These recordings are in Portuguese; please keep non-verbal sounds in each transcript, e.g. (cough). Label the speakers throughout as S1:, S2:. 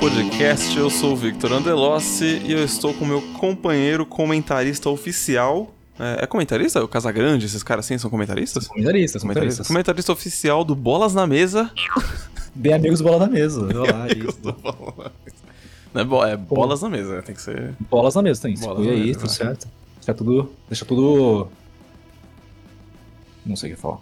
S1: Podcast. Eu sou o Victor Andelossi e eu estou com meu companheiro comentarista oficial. É, é comentarista? O Casagrande, esses caras assim são comentaristas?
S2: Comentaristas,
S1: Comentarista,
S2: comentaristas.
S1: comentarista oficial do Bolas na
S2: (laughs)
S1: Mesa.
S2: Bem amigos bola na mesa. Olá, isso.
S1: Não é, bo- é bolas na mesa, tem que ser.
S2: (laughs) Bolas na mesa, tem. Se
S1: Bolas
S2: cuida
S1: na
S2: aí,
S1: mesa,
S2: tudo
S1: né?
S2: certo. Deixa tudo. Deixa tudo. Não sei o que falar.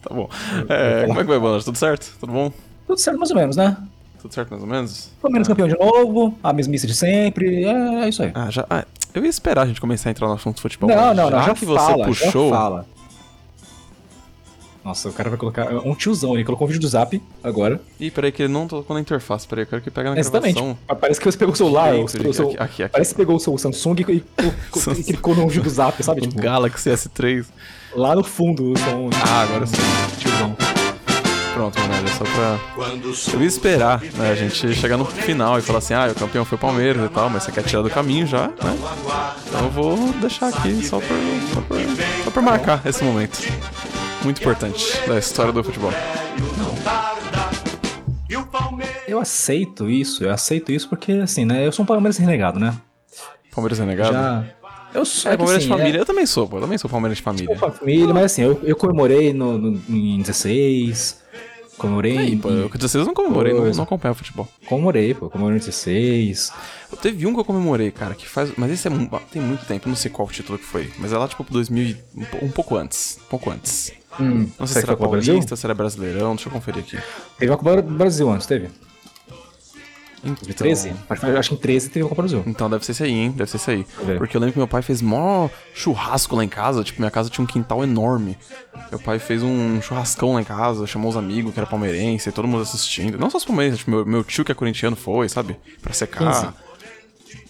S1: Tá bom. É, como é que vai, Bolas? Tudo certo? Tudo bom?
S2: Tudo certo, mais ou menos, né?
S1: Tudo certo mais ou menos?
S2: Palmeiras
S1: Ah.
S2: campeão de novo, a mesmice de sempre. É, é isso aí.
S1: Ah, já. ah, eu ia esperar a gente começar a entrar no assunto de futebol.
S2: não,
S1: mas
S2: não, não.
S1: Já
S2: Já
S1: que você
S2: fala,
S1: puxou.
S2: Já fala. Nossa, o cara vai colocar. É um tiozão, ele colocou um vídeo do zap agora.
S1: Ih, peraí, que ele não tocou na interface. Peraí, eu quero que pegue na
S2: Exatamente.
S1: gravação.
S2: tipo, Parece que você pegou o celular,
S1: Aqui,
S2: o seu- o seu-
S1: aqui, aqui, aqui.
S2: parece que pegou o seu Samsung e, e,
S1: (laughs)
S2: e clicou no vídeo do zap,
S1: O
S2: sabe? Tipo,
S1: Galaxy S3.
S2: lá no fundo o som.
S1: Ah, agora sim.
S2: tiozão.
S1: Pronto, mano, é só pra. Eu ia esperar, né? A gente chegar no final e falar assim, ah, o campeão foi o Palmeiras e tal, mas você quer tirar do caminho já, né? Então eu vou deixar aqui só pra, só pra, só pra marcar esse momento. Muito importante da história do futebol.
S2: Eu aceito isso, eu aceito isso porque, assim, né? Eu sou um palmeirense renegado, né?
S1: Palmeiras renegado?
S2: Já. Eu sou.
S1: É, Palmeiras de
S2: assim,
S1: família. Eu também sou, pô. Eu também sou Palmeiras de
S2: É, eu
S1: família.
S2: sou família, mas assim, eu, eu comemorei no, no- em 16. Comemorei.
S1: Aí,
S2: em-
S1: pô, eu com 16 eu não comemorei, não, não acompanho futebol.
S2: Comemorei, pô. Comemorei em 16.
S1: Teve um que eu comemorei, cara, que faz. Mas esse é mu- tem muito tempo, eu não sei qual o título que foi. Mas é lá tipo 2000 e... um po- um pouco antes. Um pouco antes.
S2: Hum,
S1: Não sei
S2: será
S1: se
S2: que foi
S1: era
S2: Copa do Brasil?
S1: paulista, se era brasileirão, deixa eu conferir aqui.
S2: Teve a Copa do Brasil antes, teve?
S1: Então,
S2: 13? Acho, acho que em 13 teve a Copa do Brasil.
S1: Então deve ser isso aí, hein? Deve ser isso aí.
S2: ver.
S1: Porque eu lembro que meu pai fez mó churrasco lá em casa. Tipo, minha casa tinha um quintal enorme. Meu pai fez um churrascão lá em casa, chamou os amigos que era palmeirense, todo mundo assistindo. Não só os palmeirenses, tipo, meu, meu tio que é corintiano foi, sabe? Pra secar.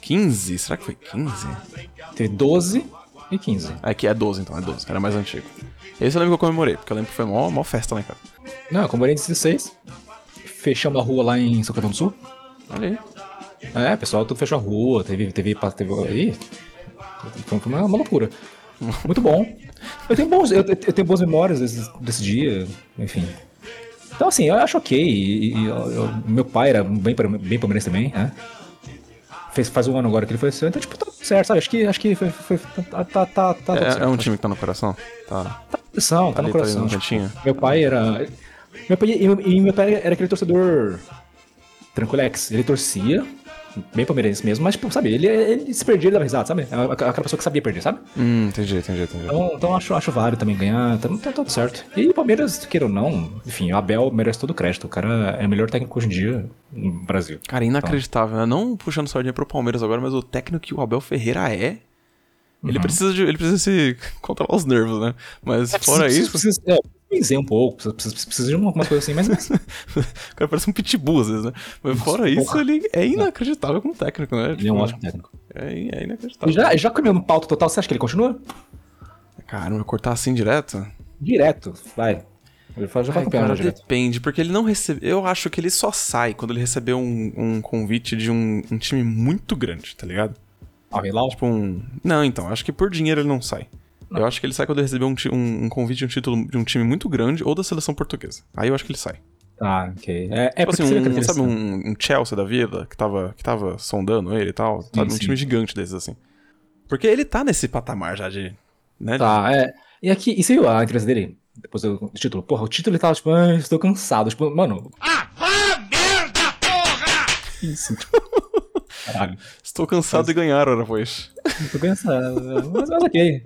S1: 15? Será que foi 15?
S2: Teve 12 e 15.
S1: É que é 12 então, é 12, era mais antigo. Esse eu lembro que eu comemorei, porque eu lembro que foi mó, mó festa né, lá em casa.
S2: Não, eu comemorei em 16. Fechamos a rua lá em São Caetano do Sul.
S1: Olha aí.
S2: É, pessoal, tudo fechou a rua, teve. teve, pa- teve, aí, foi foi uma, uma loucura. Muito bom. Eu tenho, bons, eu, eu tenho boas memórias desse, desse dia, enfim. Então, assim, eu acho ok. E, e eu- eu- meu pai era bem, pa- bem palmeirense também, né? Fez, faz um ano agora que ele foi assim, então, tipo, tá certo, sabe? Acho que, acho que foi, foi- tá, tá, tá, tá tudo
S1: É, é
S2: certo.
S1: um time que tá no coração? Tá.
S2: Tá no coração, tá
S1: ali,
S2: no
S1: tá ali
S2: coração.
S1: no cantinho.
S2: Meu pai era. Meu pai, e, e meu pai era aquele torcedor. Tranquilex. Ele torcia, bem palmeirense mesmo, mas, tipo, sabe, ele, ele se perdia, ele dava risada, sabe? Aquela aquela pessoa que sabia perder, sabe?
S1: Hum, entendi, entendi, entendi.
S2: Então, então acho, acho válido também ganhar, tá, tá tudo certo. E o Palmeiras, queira ou não, enfim, o Abel merece todo o crédito. O cara é o melhor técnico hoje em dia no Brasil.
S1: Cara, inacreditável, né? Não puxando sardinha pro Palmeiras agora, mas o técnico que o Abel Ferreira é.
S2: Uhum.
S1: Ele precisa de. Ele precisa se (laughs) controlar os nervos, né? Mas fora
S2: Precisa-
S1: isso, (laughs)
S2: Precisa, precisa, é, precisa um pouco, precisa, precisa, precisa de algumas coisas assim, mas- mas
S1: o cara parece um pitbull às vezes, né? Mas fora isso,
S2: porra.
S1: ele é inacreditável como técnico, né?
S2: ele é um
S1: Tipo,
S2: ótimo técnico.
S1: É, é inacreditável.
S2: Já, já comendo pauta total, você acha que ele continua?
S1: Caramba, cortar assim direto?
S2: Direto, vai. Eu já faço
S1: Ai,
S2: campeão
S1: cara,
S2: já direto.
S1: depende, porque ele não recebeu. Eu acho que ele só sai quando ele recebeu um, um convite de um, um time muito grande, tá ligado?
S2: Ao Hilal?
S1: Tipo um. Não, então, acho que por dinheiro ele não sai. Eu acho que ele sai quando ele recebeu um, ti- um- um convite de um título de um time muito grande ou da seleção portuguesa. Aí eu acho que ele sai.
S2: Ah, ok. É, é
S1: Tipo
S2: porque
S1: assim,
S2: seria
S1: um,
S2: aquele-
S1: sabe, um, um Chelsea da vida que tava, que tava sondando ele e tal. sabe? Um
S2: sim.
S1: time gigante desses, assim. Porque ele tá nesse patamar já de. Né?
S2: Tá, é. E aqui, e você viu a entrevista dele? Depois do título. Porra, o título ele tava tipo, ah, estou cansado. Tipo, mano. Ah, merda, porra! Isso, tipo. Caralho.
S1: Estou cansado de ganhar, ora, pois.
S2: Estou cansado. Mas, mas ok.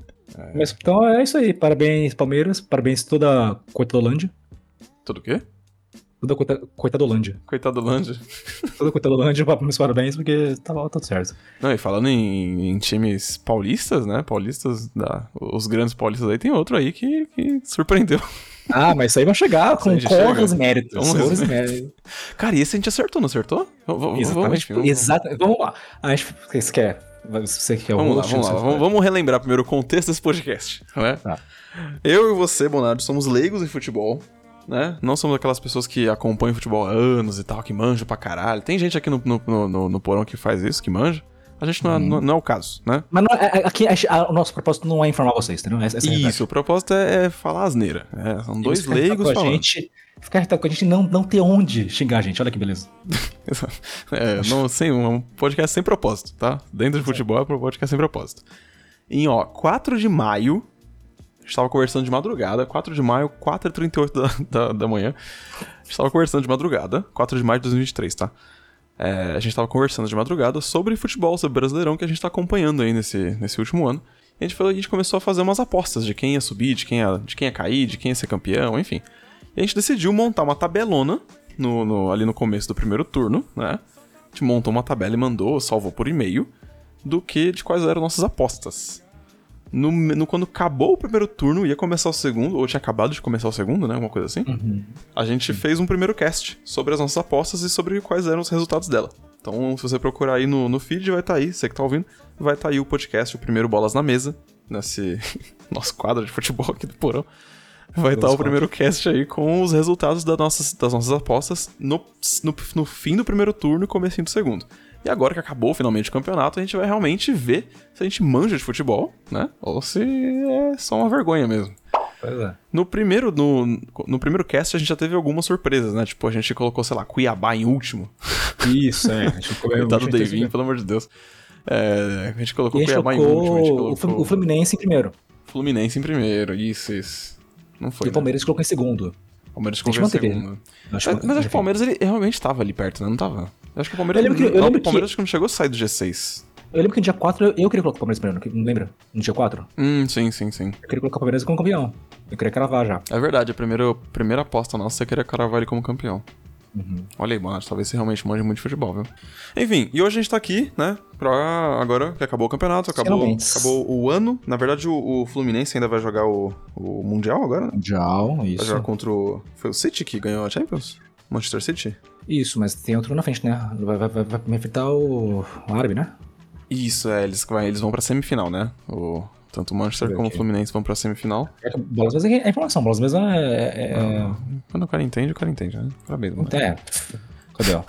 S2: Mas, então é isso aí. Parabéns, Palmeiras. Parabéns, toda a Coitadolândia.
S1: Tudo o quê?
S2: Toda a coita- Coitadolândia.
S1: Coitado do Lange.
S2: Toda a Coitadolândia, pa- meus parabéns, porque tava tudo certo.
S1: Não, e falando em, em times paulistas, né? Paulistas, da, os grandes paulistas aí, tem outro aí que, que surpreendeu.
S2: Ah, mas isso aí vai chegar com
S1: Isso aí já
S2: honras e
S1: chega.
S2: méritos.
S1: Honras e
S2: Honras e méritos.
S1: (laughs) Cara, e esse a gente acertou, não acertou? V- v- vamos,
S2: Exatamente.
S1: enfim, vamos-
S2: Exatamente. Vamos lá. A gente, você quer? Você que é o
S1: Vamos lá,
S2: host,
S1: vamos lá.
S2: você-
S1: Vamos, vamos relembrar primeiro o contexto desse podcast, né?
S2: Tá.
S1: Eu e você, Bonardo, somos leigos em futebol, né? Não somos aquelas pessoas que acompanham futebol há anos e tal, que manjam pra caralho. Tem gente aqui no, no, no- no- no porão que faz isso, que manja. A gente não, é,
S2: Uhum.
S1: não- não é o caso, né?
S2: Mas não, é- é- aqui a- a- o nosso propósito não é informar vocês, entendeu? Essa, essa é a
S1: Isso, o propósito é, é falar asneira. É, são
S2: verdade.
S1: dois
S2: Eles querem falar
S1: leigos
S2: tá com a
S1: falando.
S2: gente ficar irritado com a gente e não, não ter onde xingar a gente. Olha que beleza.
S1: (laughs) É, não, sem, é um podcast sem propósito, tá? Dentro de futebol é um podcast sem propósito. Em, ó, 4 de maio, a gente tava conversando de madrugada, 4 de maio, 4h38 da, da, da manhã. A gente tava conversando de madrugada, 4 de maio de 2023, tá? É, a gente tava conversando de madrugada sobre futebol, sobre Brasileirão, que a gente tá acompanhando aí nesse, nesse último ano. E a gente, falou, a gente começou a fazer umas apostas de quem ia subir, de quem ia, de quem ia cair, de quem ia ser campeão, enfim. E a gente decidiu montar uma tabelona no, no- ali no começo do primeiro turno, né? A gente montou uma tabela e mandou, salvou por e-mail, do que de quais eram nossas apostas. No, no- quando acabou o primeiro turno, ia começar o segundo, ou tinha acabado de começar o segundo, né? Alguma coisa assim. A gente fez um primeiro cast sobre as nossas apostas e sobre quais eram os resultados dela. Então, se você procurar aí no, no feed, vai estar aí, você que tá ouvindo, vai estar aí o podcast, o primeiro Bolas na Mesa, nesse (laughs) nosso quadro de futebol aqui do Porão. Vai estar o primeiro cast aí com os resultados das nossas, das nossas apostas no, no, no fim do primeiro turno e comecinho do segundo. E agora que acabou finalmente o campeonato, a gente vai realmente ver se a gente manja de futebol, né? Ou se é só uma vergonha mesmo.
S2: Pois é.
S1: No primeiro, no, no primeiro cast a gente já teve algumas surpresas, né? Tipo, a gente colocou, sei lá, Cuiabá em último.
S2: Isso, é. A gente ficou-
S1: Coitado do
S2: a gente-
S1: Davinho, pelo amor de Deus. É, a gente
S2: E a
S1: colocou
S2: gente
S1: Cuiabá em último, a gente
S2: colocou o Flu-
S1: colocou
S2: o Fluminense em primeiro.
S1: Fluminense em primeiro. Isso, isso. Não foi.
S2: E o
S1: né?
S2: Palmeiras colocou em segundo.
S1: Palmeiras
S2: gente
S1: colocou em
S2: manteve
S1: segundo.
S2: Acho
S1: É, Mas, mas acho que o
S2: enfim.
S1: Palmeiras ele realmente tava ali perto, né? Não tava. Eu acho que o Palmeiras,
S2: Eu lembro que- eu
S1: não,
S2: lembro
S1: o Palmeiras
S2: que-
S1: acho que não chegou a sair do G6.
S2: Eu lembro que no dia 4 eu, eu queria colocar o Palmeiras primeiro, que- não lembra? No dia 4?
S1: Hum, sim, sim, sim.
S2: Eu queria colocar o Palmeiras como campeão. Eu queria cravar já.
S1: É verdade, a primeira, a primeira aposta nossa é você queria cravar ele como campeão.
S2: Uhum.
S1: Olha aí, Bonato, talvez você realmente manje muito de futebol, viu? Enfim, e hoje a gente tá aqui, né? Pra agora que acabou o campeonato, acabou,
S2: Finalmente.
S1: acabou o ano. Na verdade, o, o Fluminense ainda vai jogar o, o Mundial agora, né?
S2: Mundial,
S1: Vai jogar contra o. Foi o City que ganhou a Champions? Manchester City?
S2: Isso, mas tem outro na frente, né? Vai, vai, vai, vai me enfrentar o, o árabe, né?
S1: Isso, é, eles, vai- eles vão pra semifinal, né? O, tanto o Manchester
S2: Ver
S1: como o
S2: aqui.
S1: Fluminense vão pra semifinal.
S2: É que Bolas mesmo é informação, bolas mesmo é. é,
S1: Quando o cara entende, o cara entende, né? Parabéns, mano.
S2: é, é. Cadê, ó?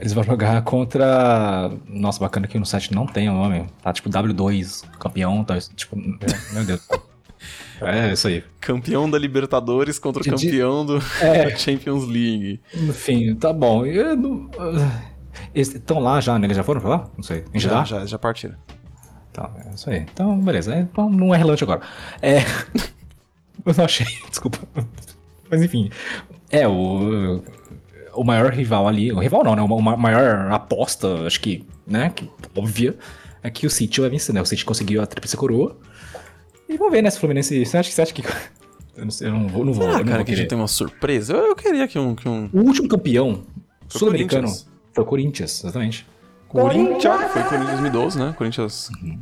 S2: Eles vão jogar contra. Nossa, bacana que no site não tem o nome. Tá tipo W2, campeão, tá tipo. é, Meu
S1: (laughs)
S2: Deus. É, isso aí.
S1: Campeão da Libertadores contra o
S2: De- de-
S1: campeão do, da
S2: É.
S1: (laughs) Champions League.
S2: Enfim, tá bom. Eu não- ah, Eles estão lá já, né? Eles já foram pra lá? Não sei. Em Jeddah?
S1: já, já partiram.
S2: Tá, é isso aí. Então, beleza. É, Então, não é relevante agora. É. (laughs) Eu não achei, (laughs) desculpa. Mas enfim. É, o. O maior rival ali. O rival não, né? O ma- maior aposta, acho que, né? Que, óbvia, é que o City vai vencer, né? O City conseguiu a tríplice coroa. E vamos ver, né? Se o Fluminense. Você acha que. Você acha que... (laughs) Eu não sei, eu não vou. Não vou, eu
S1: Será, Ah,
S2: não
S1: cara,
S2: vou
S1: que a gente
S2: querer.
S1: tem uma surpresa? Eu, eu queria que um. Que um...
S2: O último campeão
S1: Foi
S2: sul-americano
S1: Corinthians.
S2: foi o Corinthians, exatamente.
S1: Corinthians! Foi Corinthians 2012, né? Corinthians.
S2: Uhum.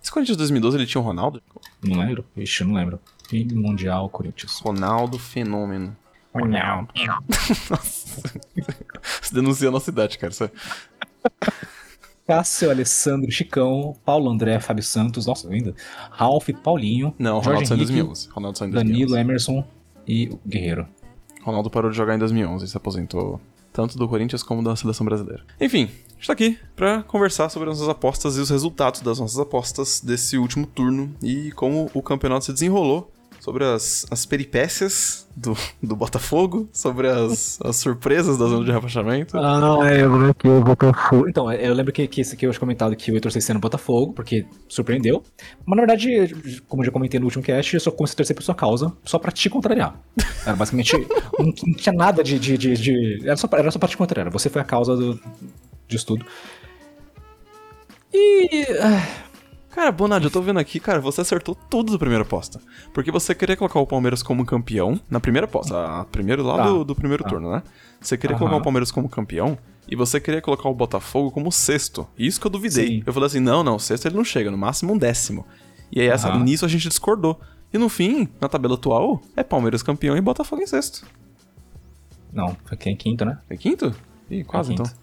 S1: Esse Corinthians 2012 ele tinha o Ronaldo?
S2: Não lembro? Ixi, eu não lembro. Fim do Mundial Corinthians.
S1: Ronaldo Fenômeno. Nossa. Você denuncia a nossa idade, cara. Isso
S2: Cássio, Alessandro, Chicão, Paulo André, Fábio Santos, nossa, ainda. Ralph, Paulinho,
S1: Não, é Ronaldo
S2: Jorge
S1: saiu em
S2: Henrique,
S1: 2011. Ronaldo saiu em 2011.
S2: Danilo, Emerson e o Guerreiro.
S1: Ronaldo parou de jogar em 2011 e se aposentou tanto do Corinthians como da seleção brasileira. Enfim, a gente tá aqui pra conversar sobre as nossas apostas e os resultados das nossas apostas desse último turno e como o campeonato se desenrolou, sobre as, as peripécias do, do Botafogo, sobre as, as surpresas da zona de rebaixamento.
S2: Ah, eu lembro que o Botafogo. Então, eu lembro que, que esse aqui eu tinha comentado que o Heitor torcei no Botafogo, porque surpreendeu. Mas na verdade, como eu já comentei no último cast, eu só comecei a torcer por sua causa, só pra te contrariar. Era basicamente. (laughs) não, não tinha nada de. de, de, de- era, só pra, era só pra te contrariar. Você foi a causa do, disso tudo. E. ah,
S1: Cara, Bonad, eu tô vendo aqui, cara, você acertou tudo da primeira aposta. Porque você queria colocar o Palmeiras como campeão na primeira aposta, a primeiro lá
S2: Tá.
S1: do, do primeiro turno, né? Você queria
S2: Aham.
S1: colocar o Palmeiras como campeão e você queria colocar o Botafogo como sexto. E Isso que eu duvidei.
S2: Sim.
S1: Eu falei assim, não, não, sexto ele não chega, no máximo um décimo. E aí essa,
S2: Aham.
S1: nisso a gente discordou. E no fim, na tabela atual, é Palmeiras campeão e Botafogo em sexto.
S2: Não, foi quem? Quinto, né?
S1: É quinto? Ih, quase
S2: É quinto.
S1: então.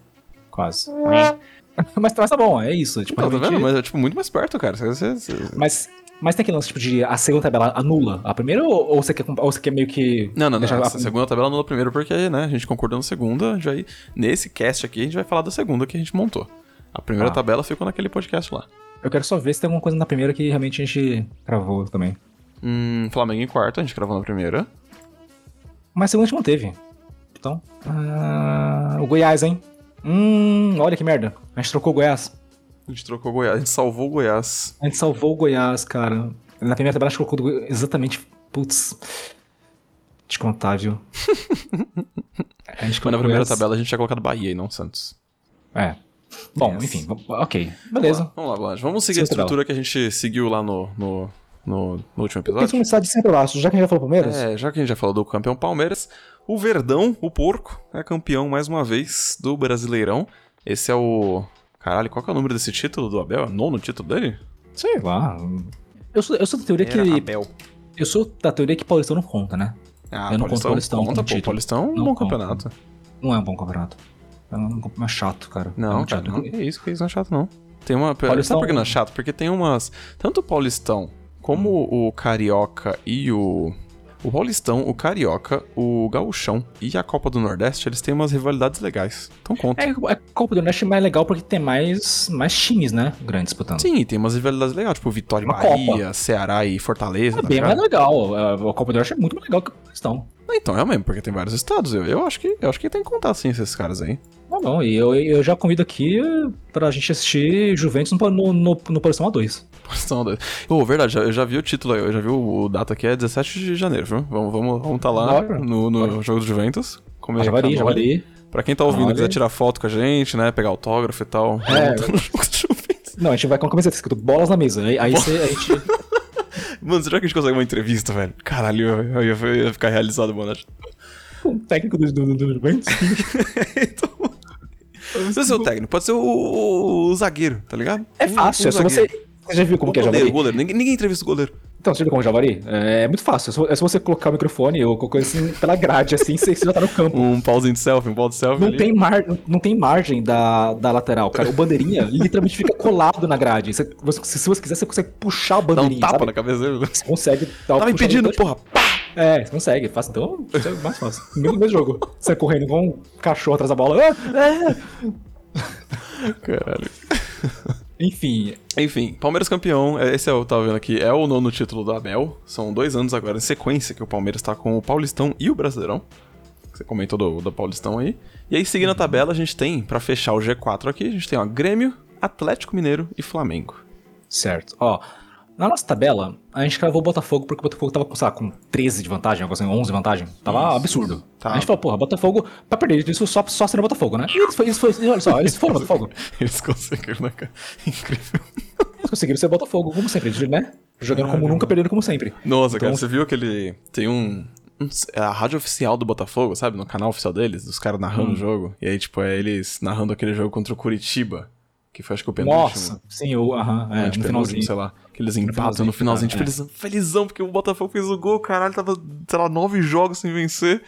S2: Quase. (laughs) mas, mas tá bom, é isso. Tipo,
S1: Então, tá
S2: realmente-
S1: vendo? Mas é tipo muito mais perto, cara. Você- você-
S2: mas, mas tem aquele lance tipo, de a segunda tabela anula a primeira ou, ou, você, quer, compa- ou você quer meio que.
S1: Não, não, não.
S2: deixar a-
S1: Essa segunda tabela anula primeiro, porque, né, a gente concordou na segunda, a gente vai. Nesse cast aqui, a gente vai falar da segunda que a gente montou. A primeira
S2: Ah.
S1: tabela ficou naquele podcast lá.
S2: Eu quero só ver se tem alguma coisa na primeira que realmente a gente gravou também.
S1: Hum, Flamengo em quarto, a gente gravou na primeira.
S2: Mas Ceilândia manteve. Então. ah, o Goiás, hein? Hum, olha que merda. A gente trocou o Goiás.
S1: A gente trocou Goiás, a gente salvou Goiás.
S2: A gente salvou o Goiás, cara. Na primeira tabela a gente colocou do Goi- exatamente. Putz. Te
S1: (laughs)
S2: contar, viu?
S1: Mas
S2: A gente
S1: na
S2: colocou
S1: primeira
S2: Goiás-
S1: tabela a gente tinha colocado Bahia e não Santos.
S2: É. Bom,
S1: Yes.
S2: enfim, v- ok. Beleza.
S1: Vamos lá, Blanche. Vamos seguir a
S2: Sim, tá bom.
S1: estrutura que a gente seguiu lá no, no, no, no último
S2: Tem que
S1: episódio.
S2: começar de sempre laço, já que a gente já falou Palmeiras.
S1: É, já que a gente já falou do campeão Palmeiras, o Verdão, o porco, é campeão mais uma vez do Brasileirão. Esse é o. Caralho, qual que é o número desse título do Abel? É o nono título dele?
S2: Sei lá. Eu sou, eu sou da teoria que.
S1: Abel.
S2: Eu sou da teoria que Paulistão não conta, né?
S1: Ah,
S2: Eu
S1: Paulistão,
S2: não conto Paulistão
S1: Conta,
S2: como
S1: pô.
S2: título.
S1: Paulistão é um
S2: Não
S1: bom
S2: conto.
S1: campeonato.
S2: Não é um bom campeonato. É um campeonato mais chato, cara. É
S1: Não,
S2: muito
S1: cara,
S2: chato.
S1: não é isso, que isso não é chato, não. Tem uma.
S2: Paulistão-
S1: Sabe por que não é chato? Porque tem umas. Tanto o Paulistão como o Carioca e o. O Paulistão, o Carioca, o Gaúchão e a Copa do Nordeste, eles têm umas rivalidades legais. Então conta.
S2: É, a Copa do Nordeste é mais legal porque tem mais, mais times, né? Grandes disputando.
S1: Sim, tem umas rivalidades legais, tipo Vitória e
S2: Uma
S1: Bahia, Ceará e Fortaleza.
S2: É
S1: tá
S2: bem
S1: ligado?
S2: mais legal. A a Copa do Norte é muito mais legal que o Paulistão.
S1: Então é mesmo, porque tem vários estados. Eu, eu acho que eu acho que tem que contar sim esses caras aí. (laughs)
S2: Não, não. Tá E eu, eu já convido aqui pra gente assistir Juventus no, no, no, no Paulistão A2.
S1: Paulistão dois. Ô, verdade, já- eu já vi o título aí, eu já vi o, o data aqui, é 17 de janeiro, viu? Vamos, vamos, vamos tá lá
S2: Bora.
S1: no, no jogo do Juventus. Comer
S2: Já varia, já
S1: canoa.
S2: varia.
S1: Pra quem tá ouvindo,
S2: Olha.
S1: quiser tirar foto com a gente, né? Pegar autógrafo e tal.
S2: É.
S1: tá no jogo do Juventus.
S2: Não, a gente vai com a camiseta escrito bolas na mesa. (laughs) Aí, aí cê- a gente.
S1: Mano, será que a gente consegue uma entrevista, velho? Caralho, eu ia, eu ia ficar realizado, mano. acho.
S2: um técnico do, do, do Juventus.
S1: (laughs) então, não precisa ser o técnico, pode ser o, o- o zagueiro, tá ligado?
S2: É
S1: Um-
S2: fácil,
S1: um
S2: é só você.
S1: zagueiro.
S2: Você já viu como
S1: o
S2: que é
S1: goleiro,
S2: Javari?
S1: o goleiro. Ninguém, ninguém entrevista o goleiro.
S2: Então, você já viu como é Javari? É, é muito fácil. É só, é só você colocar o microfone ou qualquer coisa assim pela grade, assim, você, você já tá no campo.
S1: Um pauzinho de selfie, um pau de selfie.
S2: Não
S1: ali.
S2: tem, mar, não tem margem da, da lateral, cara. O bandeirinha literalmente fica colado na grade. Você- você- se, você quiser, você consegue puxar o
S1: Dá um
S2: bandeirinha.
S1: tapa
S2: sabe?
S1: na cabeça dele.
S2: Você consegue dar o
S1: Tava
S2: puxão
S1: Tá impedindo,
S2: depois.
S1: porra. Pá!
S2: É, você consegue. Fácil, então, isso é mais fácil. No mesmo jogo. Você correndo igual um cachorro atrás da bola. Ah, ah.
S1: Caralho.
S2: Enfim,
S1: Enfim, Palmeiras campeão, é- esse é o que eu tava vendo aqui, é o nono título do Abel. São dois anos agora em sequência que o Palmeiras tá com o Paulistão e o Brasileirão. Você comentou do, do Paulistão aí. E aí, seguindo a
S2: Uhum.
S1: tabela, a gente tem, pra fechar o G4 aqui, a gente tem, ó, Grêmio, Atlético Mineiro e Flamengo.
S2: certo. Ó, na nossa tabela, a gente cravou o Botafogo porque o Botafogo tava com, sei lá, com 13 de vantagem, algo assim, 11 de vantagem. Tava
S1: Isso.
S2: absurdo.
S1: Tá.
S2: A gente falou, porra, Botafogo, pra perder isso só, só sendo Botafogo, né? E eles, foi, eles, foi, olha só, (laughs) eles foram
S1: (laughs)
S2: Botafogo.
S1: Eles conseguiram, né,
S2: (laughs)
S1: cara? Incrível.
S2: Eles conseguiram ser Botafogo, como sempre, né? Jogando como nunca, perdendo como sempre.
S1: Nossa, cara,
S2: Então-
S1: você viu aquele. Tem um. um- é a rádio oficial do Botafogo, sabe? No canal oficial deles, dos caras
S2: Hum.
S1: narrando o jogo. E aí, tipo, é eles narrando aquele jogo contra o Curitiba, que foi acho que o penúltimo.
S2: Nossa, sim, o, aham, é, no
S1: Antepenúltimo, sei
S2: finalzinho.
S1: lá. Que eles empatam
S2: finalzinho,
S1: no finalzinho, tipo,
S2: é.
S1: eles felizão, porque o Botafogo fez o gol, caralho, tava, sei lá, nove jogos sem vencer.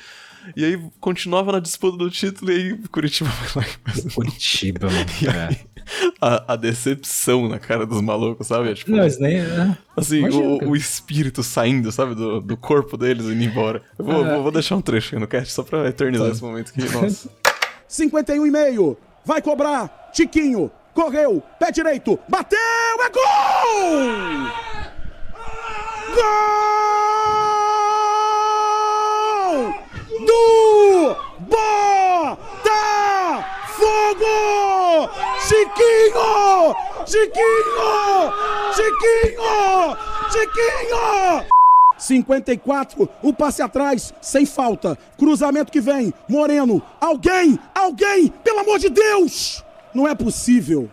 S1: E aí continuava na disputa do título, e aí o Curitiba (laughs) vai lá e faz o gol.
S2: Curitiba,
S1: (laughs)
S2: mano. é.
S1: a, a decepção na cara dos malucos, sabe? É, tipo,
S2: Não, isso nem... é.
S1: assim,
S2: imagina,
S1: o,
S2: cara.
S1: o espírito saindo, sabe, do, do corpo deles e indo embora. Eu vou,
S2: É.
S1: vou- vou deixar um trecho aqui no cast só pra eternizar
S2: Tá.
S1: esse momento
S2: (laughs)
S1: aqui, nossa.
S3: 51 e meio. Vai cobrar. Tiquinho. Correu. Pé direito. Bateu. É gol! Gol! Do Botafogo! Chiquinho! Chiquinho! Chiquinho! Chiquinho! 54, o passe atrás, sem falta. Cruzamento que vem, Moreno. Alguém, alguém, pelo amor de Deus! Não é possível.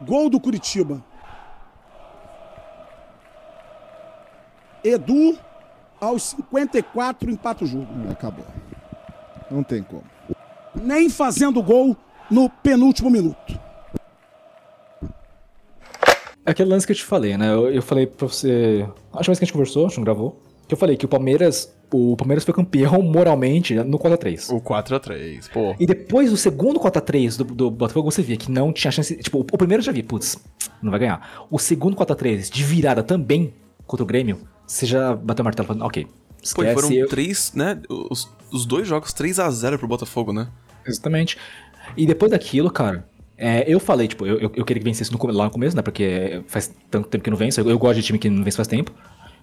S3: Gol do Curitiba. Edu, aos 54, empata o jogo.
S4: É, Acabou. Não tem como.
S3: Nem fazendo gol no penúltimo minuto.
S2: é Aquele lance que eu te falei, né? Eu, eu falei pra você. Acho mais que a gente conversou, a gente não gravou. Que eu falei que o Palmeiras. O Palmeiras foi campeão (laughs) moralmente no 4x3.
S1: O 4x3, pô.
S2: E depois do segundo 4x3 do, do Botafogo, você via que não tinha chance. Tipo, o, o primeiro eu já vi, putz, não vai ganhar. O segundo 4x3 de virada também contra o Grêmio, você já bateu o martelo falando, ok.
S1: Pô, e
S2: Esquece,
S1: foram
S2: eu-
S1: três, né? Os, os dois jogos 3x0 pro Botafogo, né?
S2: Exatamente. E depois daquilo, cara, é, eu falei, tipo, eu, eu, eu queria que vencesse no come- lá no começo, né? Porque faz tanto tempo que não vence. Eu, eu gosto de time que não vence faz tempo,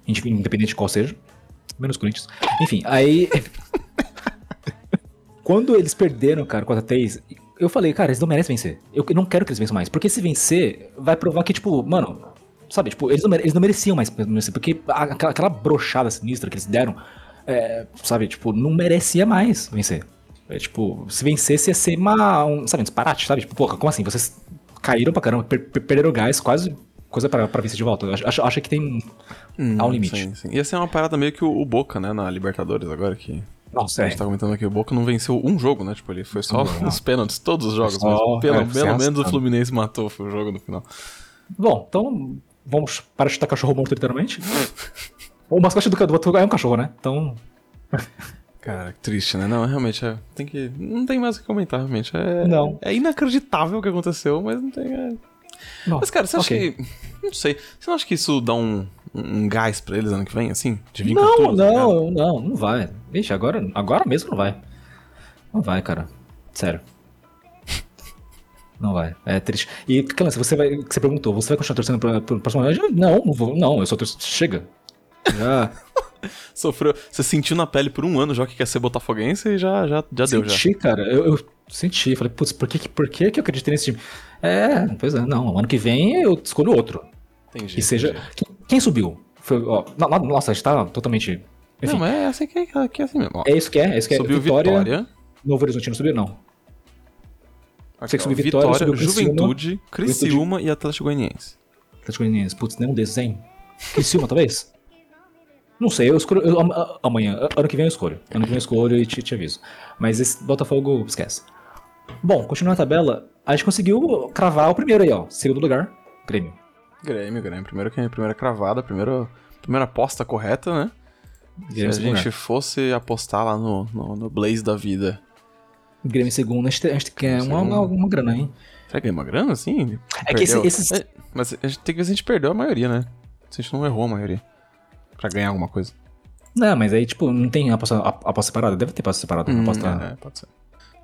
S2: indif- independente de qual seja. menos Corinthians. Enfim, aí. quando eles perderam, cara, 4x3, eu falei, cara, eles não merecem vencer. Eu não quero que eles vençam mais. Porque se vencer, vai provar que, tipo, mano, sabe, tipo, eles não, mere- eles não mereciam mais vencer. Porque a- aquela, aquela brochada sinistra que eles deram, é, sabe, tipo, não merecia mais vencer. É, tipo, se vencesse ia ser uma, um, sabe, um disparate, sabe? Tipo, porra, como assim? Vocês caíram pra caramba, per- per- perderam o gás, quase coisa pra, pra vencer de volta. Eu acho, acho, acho que tem. há um limite.
S1: Hum, Sim, sim. Ia ser uma parada meio que o, o Boca, né, na Libertadores agora, que
S2: Nossa,
S1: a
S2: é.
S1: gente tá comentando aqui, o Boca não venceu um jogo, né? Tipo, ele foi só (laughs) os pênaltis, todos os jogos,
S2: Só-
S1: mas pelo, pelo
S2: é,
S1: menos o
S2: arrastado.
S1: Fluminense matou foi o jogo no final.
S2: Bom, então vamos para de chutar cachorro morto literalmente. o mascote do do outro é um cachorro, né? Então.
S1: Cara, que triste, né? Não, realmente, é, tem que, não tem mais o que comentar, realmente. É,
S2: Não.
S1: é inacreditável o que aconteceu, mas não tem... é-
S2: não.
S1: Mas, cara, você acha
S2: Ok.
S1: que... Não sei, você não acha que isso dá um, um gás pra eles ano que vem, assim? De vir com
S2: Não,
S1: tudo, tá ligado?
S2: não, não, não vai. Vixe, agora, agora mesmo não vai. Não vai, cara. Sério. Não vai. É triste. E, Clancy, você vai. que Você perguntou, você vai continuar torcendo pra, pro próximo ano? Eu já- Não, não vou. Não, eu só torço. Chega. Já.
S1: (laughs) Sofreu, você sentiu na pele por um ano já que quer ser botafoguense e já, já, já deu, já.
S2: senti, cara. Eu, eu senti. Falei, putz, por que, que- por que que eu acreditei nesse time? É, pois é, não. Ano que vem eu escolho outro.
S1: Entendi.
S2: Que seja.
S1: entendi.
S2: Quem, quem subiu? Foi, ó, no- no- nossa, a gente tá totalmente. Enfim,
S1: Não, mas é assim que é, que é assim mesmo. Ó,
S2: é isso que é, é isso que é.
S1: subiu Vitória.
S2: Novo Horizonte não subiu, não.
S1: Aqui,
S2: que
S1: ó,
S2: subiu Vitória, subiu Criciúma,
S1: Juventude, Criciúma e Atlético Goianiense.
S2: Atlético Goianiense, putz, nenhum desses, hein? Criciúma, talvez? Não sei, eu escolho. eu- am- a- amanhã, a- ano que vem eu escolho. Ano que vem eu escolho e te, te aviso. Mas esse Botafogo, esquece. Bom, continuando a tabela, a gente conseguiu cravar o primeiro aí, ó. Segundo lugar, Grêmio.
S1: Grêmio, Grêmio. Primeiro que primeira cravada, primeiro, primeira aposta correta, né? Se a
S2: Grêmio segundo
S1: gente fosse apostar lá no, no, no Blaze da vida.
S2: Grêmio em segundo, a gente, a gente quer uma,
S1: Segundo.
S2: uma, uma grana, hein?
S1: Será que ganhou uma grana assim?
S2: É que esse-
S1: Perdeu?
S2: esses-
S1: É, mas a gente tem que ver se a gente perdeu a maioria, né? Se a gente não errou a maioria. Pra ganhar alguma coisa.
S2: Não, mas aí, tipo, não tem aposta, a- aposta separada. Deve ter aposta separada.
S1: Hum,
S2: aposta...
S1: é, pode ser.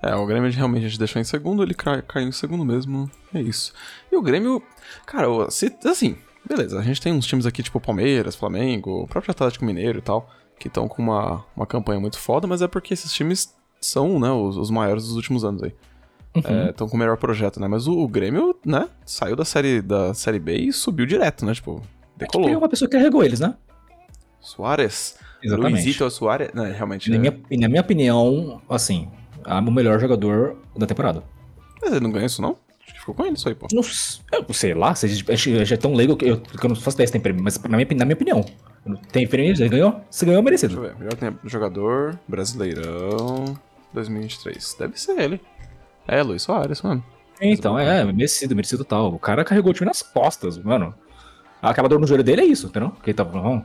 S1: É, o Grêmio realmente a gente deixou em segundo, ele cai- caiu em segundo mesmo. É isso. E o Grêmio, cara, o- se, assim, beleza, a gente tem uns times aqui tipo Palmeiras, Flamengo, o próprio Atlético Mineiro e tal, que estão com uma, uma campanha muito foda, mas é porque esses times são, né, os, os maiores dos últimos anos aí.
S2: Uhum.
S1: Estão É, com o melhor projeto, né? Mas o, o Grêmio, né, saiu da série, da série B e subiu direto, né? Tipo,
S2: Tem
S1: decolou.
S2: É uma pessoa que carregou eles, né?
S1: Soares.
S2: Exatamente.
S1: Luizito Soares. Né, realmente.
S2: Na
S1: né?
S2: minha, e na minha opinião, assim, a- o melhor jogador da temporada.
S1: Mas ele não ganhou isso, não? Acho que ficou com ele isso aí, pô.
S2: Não s- eu sei lá, vocês acho- já é tão leigo que eu, que eu não faço 10 tem prêmio, mas na minha, opini- na minha opinião. Tem prêmio, ele ganhou? Se ganhou, é
S1: Deixa
S2: merecido.
S1: eu ver. Melhor tem- jogador brasileirão 2023. Deve ser ele. É, Luiz Soares, mano.
S2: Então, é, é, merecido, merecido tal. O cara carregou o time nas costas, mano. Aquela dor no joelho dele é isso, entendeu? Que ele tava. Bom,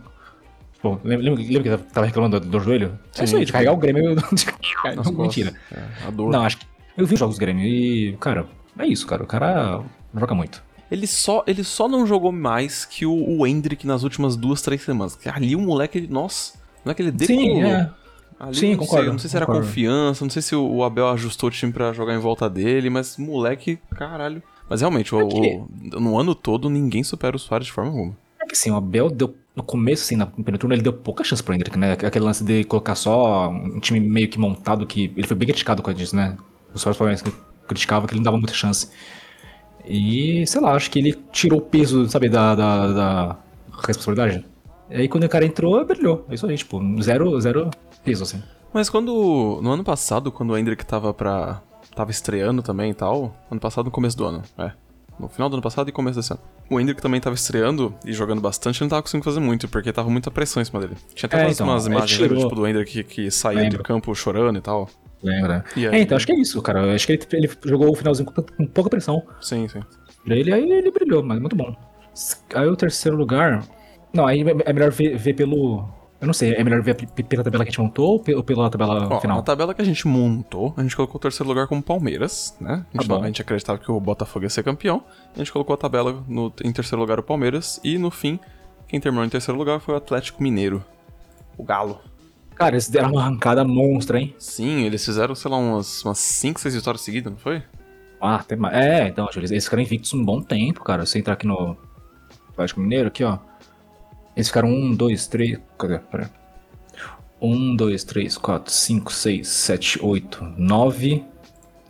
S2: Pô, lembra, lembra que ele tava reclamando do, do joelho?
S1: Sim.
S2: é isso aí, de carregar o Grêmio. (laughs) de-
S1: Nas
S2: então, Mentira.
S1: costas. É, a dor.
S2: Não, acho que. Eu vi os jogos do Grêmio e, cara, é isso, cara. O cara joga muito.
S1: Ele, só, ele só não jogou mais que o, o Hendrick nas últimas duas, três semanas. Que Ali o moleque, ele, nossa, não é que ele decolou.
S2: é.
S1: Ali,
S2: Sim,
S1: não
S2: concordo,
S1: Sei, não sei se era
S2: concordo.
S1: confiança, não sei se o, o Abel ajustou o time pra jogar em volta dele, mas moleque, caralho. Mas realmente, o- o- no ano todo, ninguém supera o Soares de forma alguma.
S2: É que assim, o Abel deu. No começo, assim, na primeira turno, ele deu pouca chance pro Hendrick, né? Aquele lance de colocar só um time meio que montado, que ele foi bem criticado com isso, né? Os próprios palmeirenses que criticavam que ele não dava muita chance. E, sei lá, acho que ele tirou o peso, sabe, da, da, da responsabilidade. E aí quando o cara entrou, brilhou. É isso aí, tipo, zero, zero peso, assim.
S1: Mas quando. No ano passado, quando o Hendrick tava pra. tava estreando também e tal. Ano passado, no começo do ano, é. No final do ano passado e começo desse ano. O Hendrick também tava estreando e jogando bastante, ele não tava conseguindo fazer muito, porque tava muita pressão em cima dele. Tinha até
S2: É,
S1: umas,
S2: então,
S1: umas
S2: ele
S1: imagens, lembra,
S2: tirou.
S1: tipo, do Hendrick que, que saiu
S2: Lembro.
S1: do campo chorando e tal.
S2: Lembra?
S1: E aí?
S2: É, então acho que é isso, cara. Eu Acho que ele, ele jogou o finalzinho com, com pouca pressão.
S1: Sim, sim.
S2: Pra ele, aí ele brilhou, mas muito bom. Aí o terceiro lugar. Não, aí é melhor ver, ver pelo. Eu não sei, é melhor ver pe- pela tabela que a gente montou ou pe- ou pela tabela
S1: Ó,
S2: Então, final?
S1: na tabela que a gente montou, a gente colocou o terceiro lugar como Palmeiras, né? A gente,
S2: Tá bom.
S1: a gente acreditava que o Botafogo ia ser campeão. A gente colocou a tabela no- em terceiro lugar o Palmeiras. E no fim, quem terminou em terceiro lugar foi o Atlético Mineiro. O Galo.
S2: Cara, eles deram uma arrancada monstra, hein?
S1: Sim, eles fizeram, sei lá, umas 5, 6 vitórias seguidas, não foi?
S2: Ah, tem mais. É, então, Júlio, eles ficaram invictos um bom tempo, cara. Se entrar aqui no Atlético Mineiro, aqui, ó. Eles ficaram um, dois, três. Cadê? Pera. aí. Um, dois, três, quatro, cinco, seis, sete, oito, nove.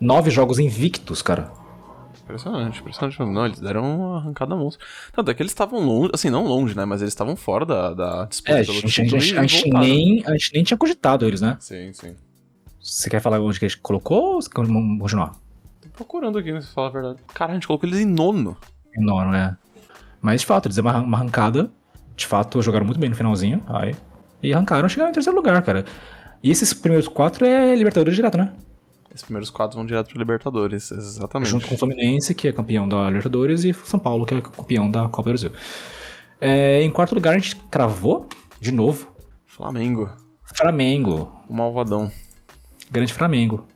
S2: Nove jogos invictos, cara.
S1: Impressionante, impressionante. mesmo. Não, eles deram uma arrancada monstro. Tanto é que eles estavam longe, assim, não longe, né? Mas eles estavam fora da, da disputa
S2: É, a
S1: pelo
S2: gente, a
S1: título
S2: gente-
S1: e
S2: a gente
S1: voltaram.
S2: nem, a gente nem tinha cogitado eles, né?
S1: Sim, sim.
S2: Você quer falar onde que a gente colocou ou você quer- vamos continuar?
S1: Tô procurando aqui, né, se falar a verdade. Cara, a gente colocou eles em nono.
S2: É nono, né? Mas de fato, eles deram uma, uma arrancada. De fato, jogaram muito bem no finalzinho. Aí, e arrancaram, chegaram em terceiro lugar, cara. E esses primeiros quatro é Libertadores direto, né?
S1: Esses primeiros quatro vão direto pro Libertadores, exatamente.
S2: Junto com o Fluminense, que é campeão da Libertadores, e São Paulo, que é campeão da Copa do Brasil. É, em quarto lugar, a gente cravou, de novo,
S1: Flamengo,
S2: Flamengo.
S1: o malvadão.
S2: Grande Flamengo.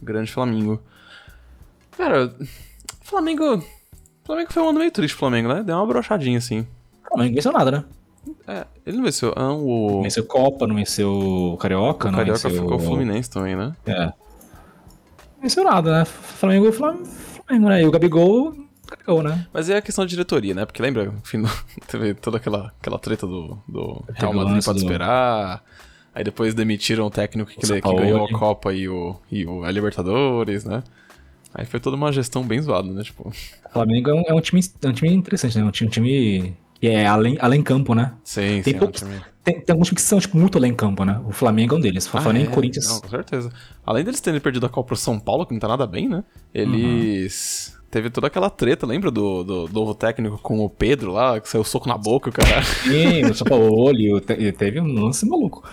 S1: Grande Flamengo. Cara, Flamengo. Flamengo foi um ano meio triste, Flamengo, né? Deu uma brochadinha assim.
S2: Flamengo não venceu nada, né?
S1: É, ele não venceu. Ah, o.
S2: Não venceu Copa, não venceu Carioca,
S1: o
S2: não
S1: Carioca
S2: venceu...
S1: ficou o Fluminense também, né?
S2: É. Não venceu nada, né? Flamengo, Flamengo, Flamengo, né? E o Gabigol, Gabigol, né?
S1: Mas é a questão de diretoria, né? Porque lembra, no final, (laughs) teve toda aquela, aquela treta do, do Real
S2: o
S1: Madrid
S2: lance
S1: pode
S2: do-
S1: esperar. Aí depois demitiram o técnico que,
S2: O São
S1: que
S2: Paulo,
S1: ganhou a
S2: hein?
S1: Copa e, o, e o, a Libertadores, né? Aí foi toda uma gestão bem zoada, né? Tipo,
S2: O Flamengo é um, é um time, é um time interessante, né? Um time, um time que é além, além campo, né?
S1: sim,
S2: Tem
S1: sim.
S2: poucos-
S1: não, também.
S2: Tem, tem alguns times que são tipo, muito além campo, né? O Flamengo é um deles. O
S1: Ah,
S2: Flamengo e
S1: é? Não,
S2: Corinthians.
S1: com certeza. Além deles terem perdido a Copa pro São Paulo, que não tá nada bem, né? Eles. Teve toda aquela treta, lembra do, do, do novo técnico com o Pedro lá, que saiu soco na boca, o cara. (laughs)
S2: Sim, o São Paulo, (laughs) e te- e teve um lance maluco.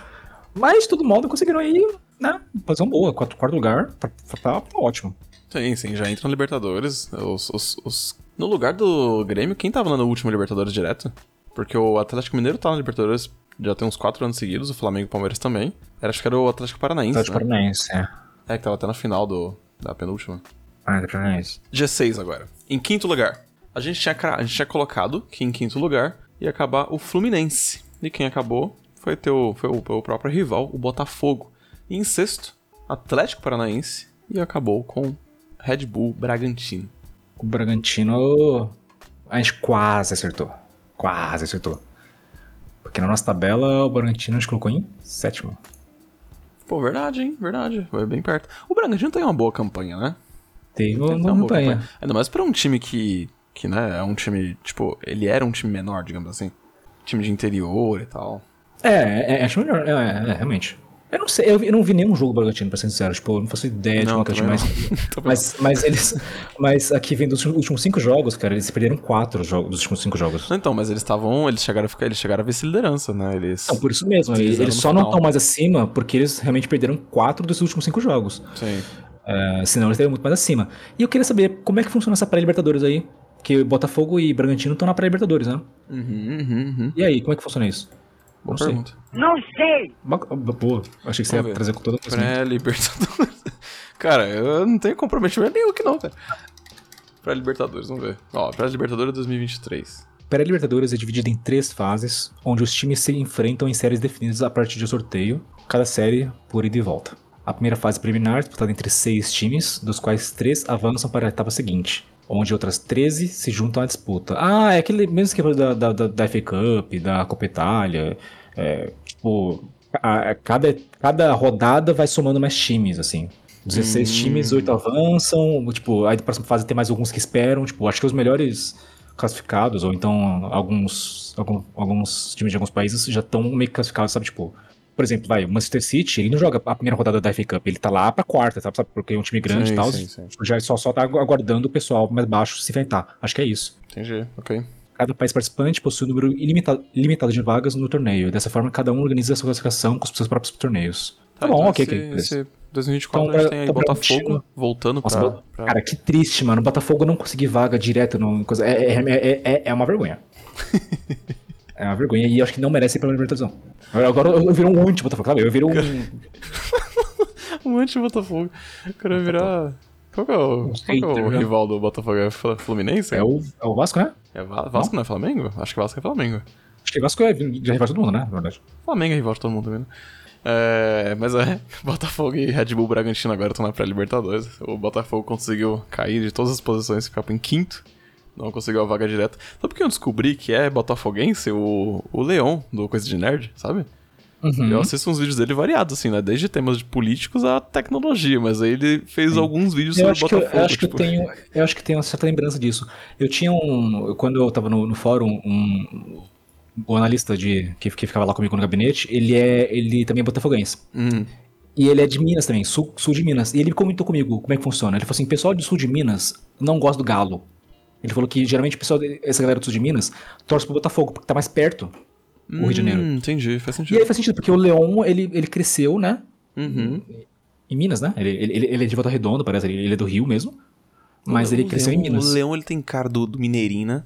S2: Mas, de todo modo, conseguiram aí, né? Posição boa, quarto, quarto lugar, tá, tá ótimo.
S1: Sim, sim, já entra no Libertadores. Os, os- os- No lugar do Grêmio, quem tava lá no último Libertadores direto? Porque o Atlético Mineiro tá no Libertadores já tem uns 4 anos seguidos, o Flamengo e o Palmeiras também. Era, acho que era o Atlético Paranaense,
S2: Atlético
S1: né?
S2: Paranaense, é.
S1: É, que tava até na final do, da penúltima.
S2: Atlético Paranaense.
S1: G6 agora. Em quinto lugar, a gente tinha, cra- a gente tinha colocado que em quinto lugar ia acabar o Fluminense. E quem acabou foi, teu, foi o, o próprio rival, o Botafogo. E em sexto, Atlético Paranaense. E acabou com Red Bull Bragantino.
S2: O Bragantino, a gente quase acertou. Quase acertou. Porque na nossa tabela, o Bragantino a gente colocou em sétimo.
S1: Pô, verdade, hein? Verdade. Foi bem perto. O Bragantino tem uma boa campanha, né?
S2: Teve uma
S1: Tem uma boa
S2: montanha.
S1: campanha. Ainda mais pra um time que, que, né, é um time, tipo, ele era um time menor, digamos assim. Time de interior e tal.
S2: É, é, acho melhor, é, é, é, realmente. Eu não sei, eu, vi- eu não vi nenhum jogo do Bragantino, pra ser sincero. Tipo, eu não faço ideia de
S1: Não, (laughs)
S2: como que é o time,
S1: também
S2: mas, mas, mas eles. Mas aqui vem dos últimos cinco jogos, cara, eles perderam quatro jogos dos últimos cinco jogos.
S1: Então, mas eles estavam. Eles chegaram a ficar. Eles chegaram a vice-liderança, né? Eles.
S2: Então, por isso mesmo,
S1: Eles
S2: eles,
S1: eram
S2: eles
S1: no
S2: só não
S1: final.
S2: estão mais acima porque eles realmente perderam quatro dos últimos cinco jogos.
S1: Sim.
S2: É, senão eles estariam muito mais acima. E eu queria saber como é que funciona essa pré-Libertadores aí? Porque Botafogo e Bragantino estão na pré-Libertadores, né?
S1: Uhum, uhum, uhum.
S2: E aí, como é que funciona isso?
S1: Boa
S2: Não sei.
S1: pergunta.
S2: Ba- Boa, achei que você ia
S1: Vamos ver.
S2: trazer com toda a
S1: (laughs) Pré-Libertadores. Cara, eu não tenho comprometimento nenhum aqui, não, velho. Pré-Libertadores, vamos ver. Ó, pré-Libertadores 2023.
S2: Pré-Libertadores é dividida em três fases, onde os times se enfrentam em séries definidas a partir de um sorteio, cada série por ida e volta. A primeira fase preliminar é disputada entre seis times, dos quais três avançam para a etapa seguinte, onde outras 13 se juntam à disputa. Ah, é aquele mesmo esquema da, da, da, da FA Cup, da Copa Itália. É, tipo, a- a- cada, cada rodada vai somando mais times, assim. 16
S1: Hum.
S2: times, 8 avançam, tipo, aí na próxima fase tem mais alguns que esperam, tipo, acho que os melhores classificados, ou então alguns, algum- alguns times de alguns países já estão meio que classificados, sabe, tipo, por exemplo, vai, o Manchester City, ele não joga a primeira rodada da FA Cup, ele tá lá pra quarta, sabe, sabe, porque é um time grande
S1: Sim,
S2: e tal,
S1: sim, sim.
S2: já só, só tá agu- aguardando o pessoal mais baixo se enfrentar, acho que é isso.
S1: Entendi, ok.
S2: Cada país participante possui um número ilimita- limitado de vagas no torneio. Dessa forma, cada um organiza a sua classificação com os seus próprios torneios. Tá bom,
S1: então
S2: ok,
S1: esse-
S2: ok. beleza.
S1: esse 2024
S2: Então,
S1: a gente
S2: pra-
S1: tem aí
S2: então, pra
S1: Botafogo
S2: Argentina-
S1: voltando
S2: Nossa,
S1: pra,
S2: Bo-
S1: pra-
S2: Cara, que triste, mano. O Botafogo não conseguir vaga direto. No... coisa- É, é, é- é- é
S1: (laughs)
S2: uma vergonha. é uma vergonha. E eu acho que não merece ir pela Libertadores. não. Agora eu, eu viro um anti-Botafogo, sabe? Eu viro um.
S1: (laughs) Um anti-Botafogo. O cara vai virar. Qual que é o, qual que é o
S2: hater, né?
S1: rival do Botafogo? É Fla- Fluminense?
S2: É o, é o Vasco, né?
S1: É Va- Vasco, não é Flamengo? Acho que Vasco é Flamengo.
S2: Acho que o Vasco é, já rival de todo mundo, né? Na verdade.
S1: Flamengo é rival de todo mundo também, né? É, mas é, (laughs) Botafogo e Red Bull Bragantino agora estão na pré-Libertadores. O Botafogo conseguiu cair de todas as posições, ficar em quinto. Não conseguiu a vaga direta. Sabe por que eu descobri que é botafoguense? O, o Leon, do Coisa de Nerd, sabe?
S2: Uhum.
S1: Eu assisto uns vídeos dele variados, assim, né? Desde temas de políticos a tecnologia, mas aí ele fez alguns vídeos
S2: Eu
S1: sobre
S2: acho, que eu,
S1: Botafogo.
S2: eu acho que eu
S1: tipo.
S2: tenho, eu acho que tenho uma certa lembrança disso. Eu tinha um, eu- quando eu tava no, no fórum, um, o analista de que, que ficava lá comigo no gabinete, ele é, ele também é botafoguense.
S1: Hum.
S2: E ele é de Minas também, sul, sul de Minas. E ele comentou comigo como é que funciona. Ele falou assim: pessoal do sul de Minas não gosta do galo. Ele falou que geralmente o pessoal, de- essa galera do sul de Minas, torce pro Botafogo, porque tá mais perto o Rio de Janeiro.
S1: Hum, entendi, faz
S2: E aí
S1: sentido.
S2: faz sentido, porque o Leon, ele, ele cresceu, né?
S1: Uhum.
S2: Em Minas, né? Ele, ele, ele- ele é de Volta Redonda, parece. Ele, ele é do Rio mesmo. Mas ele
S1: O
S2: cresceu
S1: Leão-
S2: em Minas.
S1: O Leão ele tem cara do, do Mineirinho, né?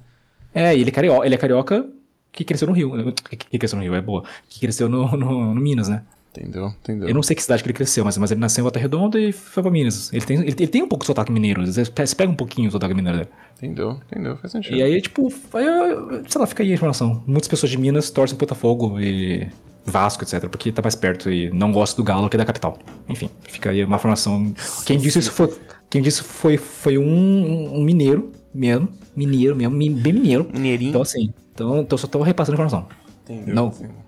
S2: É, e ele é carioca, ele é carioca que cresceu no Rio. né? Que, que cresceu no Rio, é boa. Que cresceu no, no- no Minas, né?
S1: Entendeu? Entendeu.
S2: Eu não sei que cidade que ele cresceu, mas, mas ele nasceu em Volta Redonda e foi pra Minas. Ele tem, ele, ele tem um pouco de sotaque mineiro. Às vezes pe- Você pega um pouquinho o sotaque mineiro dele.
S1: Entendeu? Entendeu? Faz sentido.
S2: E aí, tipo, aí, eu- sei lá, fica aí a informação. Muitas pessoas de Minas torcem pro Botafogo e Vasco, etc. Porque tá mais perto e não gosta do Galo, que é da capital. Enfim, fica aí uma informação. Quem disse isso foi, quem disse foi, foi um, um mineiro mesmo. Mineiro mesmo, mi- bem mineiro.
S1: Mineirinho.
S2: Então, assim, então, então só tô repassando a informação.
S1: Entendeu? Assim,
S2: Não.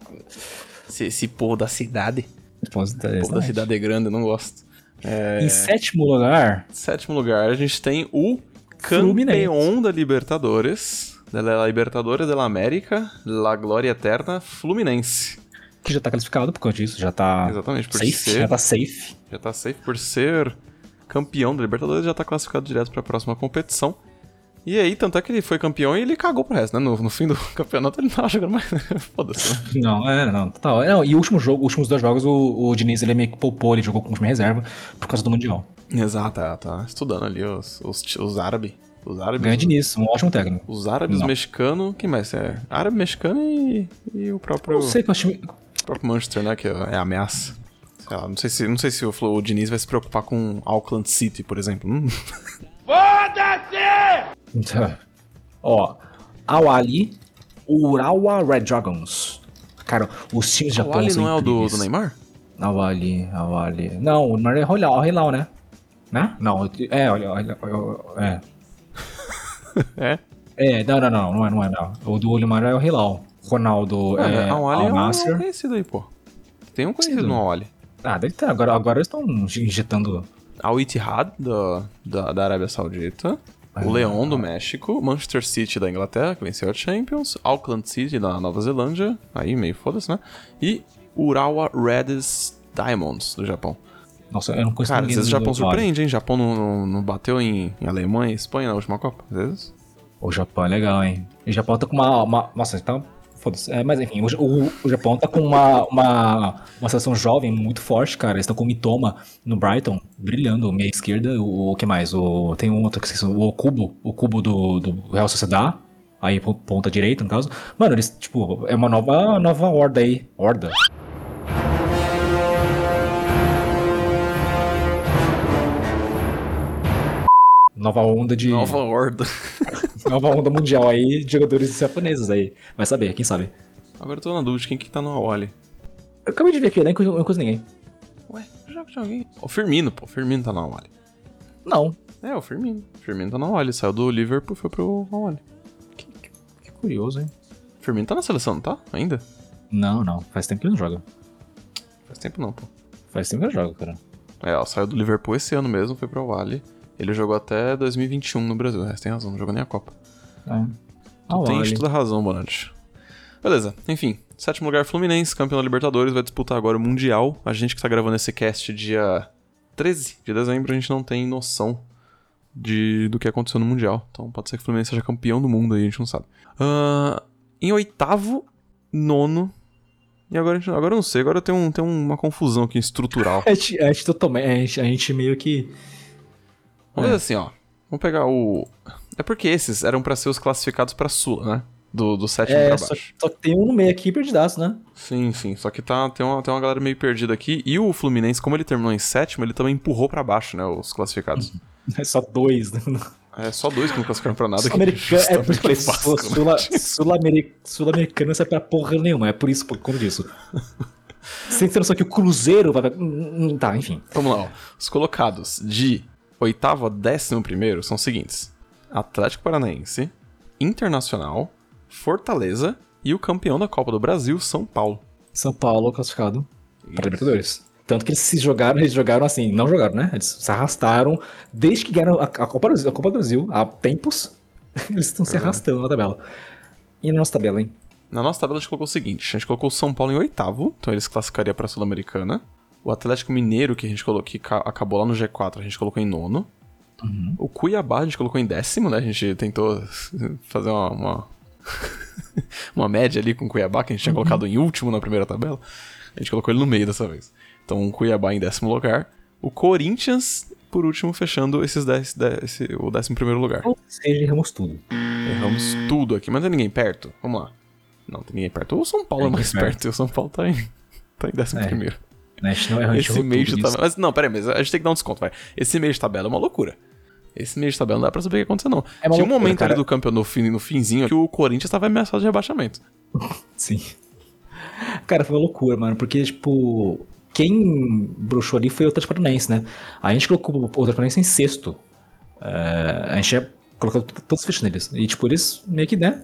S1: Esse, esse povo da cidade.
S2: Resposta-
S1: O povo da cidade é grande, eu não gosto.
S2: Tá,
S1: é.
S2: Em sétimo lugar,
S1: Sétimo lugar, a gente tem o
S2: Fluminense.
S1: campeão da Libertadores. Da La Libertadores da América, La Glória Eterna, Fluminense.
S2: que já tá classificado por conta disso, já tá
S1: Exatamente, por
S2: safe,
S1: ser.
S2: já tá safe.
S1: Já tá safe por ser campeão da Libertadores, já tá classificado direto pra próxima competição. E aí, tanto é que ele foi campeão e ele cagou pro resto, né? No, no fim do (laughs) campeonato ele não tava jogando mais. (laughs) Foda-se. né?
S2: Não, é, não, tá, ó, não. E o último jogo, os últimos dois jogos, o, o Diniz ele meio que poupou, ele jogou com o time reserva por causa do Mundial.
S1: Exato, tá, tá estudando ali os, os, os árabes. Os árabes.
S2: Ganha Diniz, um ótimo técnico.
S1: Os árabes,
S2: Não.
S1: mexicano, quem mais é? Árabe, mexicano e, e o próprio,
S2: Não sei é um qual time.
S1: o próprio Manchester, né? Que é ameaça. Sei lá, não sei se, não sei se o, Flo, o Diniz vai se preocupar com Auckland City, por exemplo. Hum,
S2: Tá. (laughs) Ó, Al Ali, Urawa Red Dragons. Cara, os
S1: (laughs)
S2: times
S1: o Ali
S2: japoneses
S1: não é o do, do Neymar?
S2: Avali, Avali. Não, o Neymar é Rolau, Rolau, né? Né? Não, é, olha, olha, olha, é.
S1: É.
S2: É, não, não, não, não é, não é, não. O do Neymar é o Hilal. Ronaldo
S1: Ah,
S2: é,
S1: o Ali é um
S2: Al-Nasser.
S1: conhecido aí, pô. Tem um conhecido
S2: Sim,
S1: no Ali.
S2: Ah, deve ter. Agora, agora eles estão injetando.
S1: Al Ittihad, da, da, da Arábia Saudita. O Leão, do México. Manchester City, da Inglaterra, que venceu a Champions. Auckland City, da Nova Zelândia. Aí, meio foda-se, né? E Urawa Reds Diamonds, do Japão.
S2: Nossa, eu não conheço
S1: Cara, às
S2: ninguém.
S1: vezes o
S2: do-
S1: Japão
S2: do
S1: surpreende, hein? Japão não, não, não bateu em, em Alemanha e Espanha na última Copa, às vezes.
S2: Al- O Japão é legal, hein? O Japão tá com uma. uma nossa, tá. Foda-se. É, mas enfim, o, Ja- o- o Japão tá com uma, uma, uma seleção jovem muito forte, cara. Eles estão com o Mitoma no Brighton, brilhando, meia esquerda. O, o que mais? O, tem um outro que eu esqueci, o Cubo, o Cubo do, do Real Sociedad. Aí pon- ponta direita, no caso. Mano, eles, tipo, é uma nova, nova horda aí. Horda. Nova onda de.
S1: Nova Horda.
S2: Nova onda mundial aí de jogadores japoneses aí. Vai saber, quem sabe.
S1: (laughs) Agora eu tô na dúvida de quem que tá no Al Ali.
S2: Eu acabei de ver aqui, eu nem conheço, eu não conheço ninguém.
S1: Ué, já tinha alguém. O Firmino, pô. O Firmino tá no Al Ali.
S2: Não.
S1: É, o Firmino. O Firmino tá no Al Ali. Saiu do Liverpool, foi pro Al Ali.
S2: Que curioso, hein?
S1: O Firmino tá na seleção, não tá? Ainda?
S2: Não, não. Faz tempo que ele não joga.
S1: Faz tempo não, pô.
S2: Faz tempo que ele não joga, cara.
S1: É, ó, saiu do Liverpool esse ano mesmo, foi pro Vale. Ele jogou até 2021 no Brasil, é, você tem razão, não jogou nem a Copa.
S2: Ah,
S1: tem
S2: olha.
S1: toda a razão, Bonatti. Beleza, enfim. Sétimo lugar, Fluminense, campeão da Libertadores, vai disputar agora o Mundial. A gente que tá gravando esse cast dia 13 de dezembro, a gente não tem noção de, do que aconteceu no Mundial. Então pode ser que o Fluminense seja campeão do mundo aí, a gente não sabe. Ahn, em oitavo, nono. E agora, a gente- agora eu não sei, agora eu tenho, um- tenho uma confusão aqui estrutural.
S2: A gente, a gente totalmente. A gente, a gente meio que.
S1: Vamos
S2: É.
S1: fazer assim, ó. Vamos pegar o. É porque esses eram pra ser os classificados pra Sula, né? Do, do sétimo
S2: É,
S1: pra
S2: só,
S1: baixo.
S2: só que tem um no meio aqui perdidaço, né?
S1: Sim, sim. Só que tá, tem, uma, tem uma galera meio perdida aqui. E o Fluminense, como ele terminou em sétimo, ele também empurrou pra baixo, né? Os classificados.
S2: (laughs) É só dois. Né?
S1: É só dois que não classificaram pra nada. que
S2: Sul-americano. É por
S1: justamente
S2: isso que eu
S1: Vasco,
S2: falei,
S1: né?
S2: Sula- Sul-ameri- Sul-americano não serve pra porra nenhuma. É por isso, por conta (laughs) disso. Sem ter noção que o Cruzeiro vai. Hum, hum, Tá, enfim.
S1: Vamos lá, ó. Os colocados de oitavo a décimo primeiro são os seguintes: Atlético Paranaense, Internacional, Fortaleza e o campeão da Copa do Brasil, São Paulo.
S2: São Paulo classificado para Libertadores. Tanto que eles se jogaram, eles jogaram assim, não jogaram, né? Eles se arrastaram desde que ganharam a, a Copa, do, a Copa do Brasil há tempos. (laughs) Eles estão se arrastando na tabela. E na nossa tabela, hein?
S1: Na nossa tabela a gente colocou o seguinte: a gente colocou o São Paulo em oitavo, então eles classificaria pra Sul-Americana. O Atlético Mineiro, que a gente colocou, que ca- acabou lá no G4, a gente colocou em nono. O Cuiabá a gente colocou em décimo, né? A gente tentou (laughs) fazer uma. uma, (laughs) uma média ali com o Cuiabá, que a gente tinha colocado em último na primeira tabela. A gente colocou ele no meio dessa vez. Então o Cuiabá em décimo lugar. O Corinthians, por último, fechando esses dez, dez- esse- o décimo primeiro lugar.
S2: Ou seja, erramos tudo. né?
S1: Erramos
S2: Hum.
S1: tudo aqui, mas não tem ninguém perto. Vamos lá. Não, tem ninguém perto. O São Paulo é
S2: Tem
S1: mais
S2: ninguém
S1: perto. e o São Paulo tá em, (laughs) tá em décimo
S2: É,
S1: primeiro.
S2: Né? A gente não errou, a gente
S1: Esse
S2: errou
S1: meio
S2: tudo
S1: de
S2: nisso.
S1: tabela. Mas não, pera aí, mas a gente tem que dar um desconto, vai. Esse meio de tabela é uma loucura. Esse meio de tabela não dá pra saber o que aconteceu, não.
S2: É
S1: Tinha
S2: uma
S1: um
S2: loucura,
S1: momento
S2: cara.
S1: ali do campeão no, fim, no finzinho que o Corinthians tava ameaçado de rebaixamento.
S2: Sim. Cara, foi uma loucura, mano, porque, tipo, quem broxou ali foi o Atlético Paranaense, né? A gente colocou o Atlético Paranaense em sexto. É, a gente já colocou t- todos os fichas neles. E, tipo, eles meio que, né?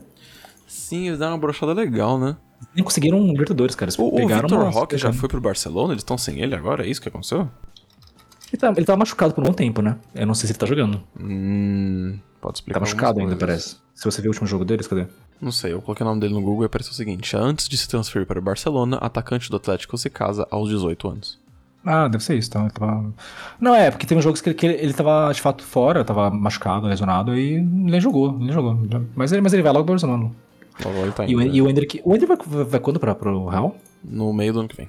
S1: Sim, eles deram uma brochada legal, né?
S2: Nem conseguiram um Libertadores, cara. Eles
S1: O, o
S2: pegaram
S1: Vitor
S2: uma-
S1: Roque já foi pro Barcelona, eles estão sem ele agora? É isso que aconteceu?
S2: Ele tá, ele tá machucado por um bom tempo, né? Eu não sei se ele tá jogando.
S1: Hum. Pode explicar.
S2: Tá machucado
S1: algumas
S2: ainda,
S1: coisas.
S2: parece. Se você ver o último jogo deles, cadê?
S1: Não sei, eu coloquei o nome dele no Google e apareceu o seguinte: antes de se transferir para o Barcelona, atacante do Atlético se casa aos 18 anos.
S2: Ah, deve ser isso. Então, ele tava... Não, é, porque teve jogos que ele, que ele tava de fato fora, tava machucado, lesionado, e ele jogou, ele jogou. Mas ele, mas ele vai logo pro Barcelona.
S1: Logo ele tá
S2: E
S1: indo.
S2: o,
S1: né?
S2: e o Ender que. O Ender vai, vai- vai quando pra, pro Real?
S1: No meio do ano que vem.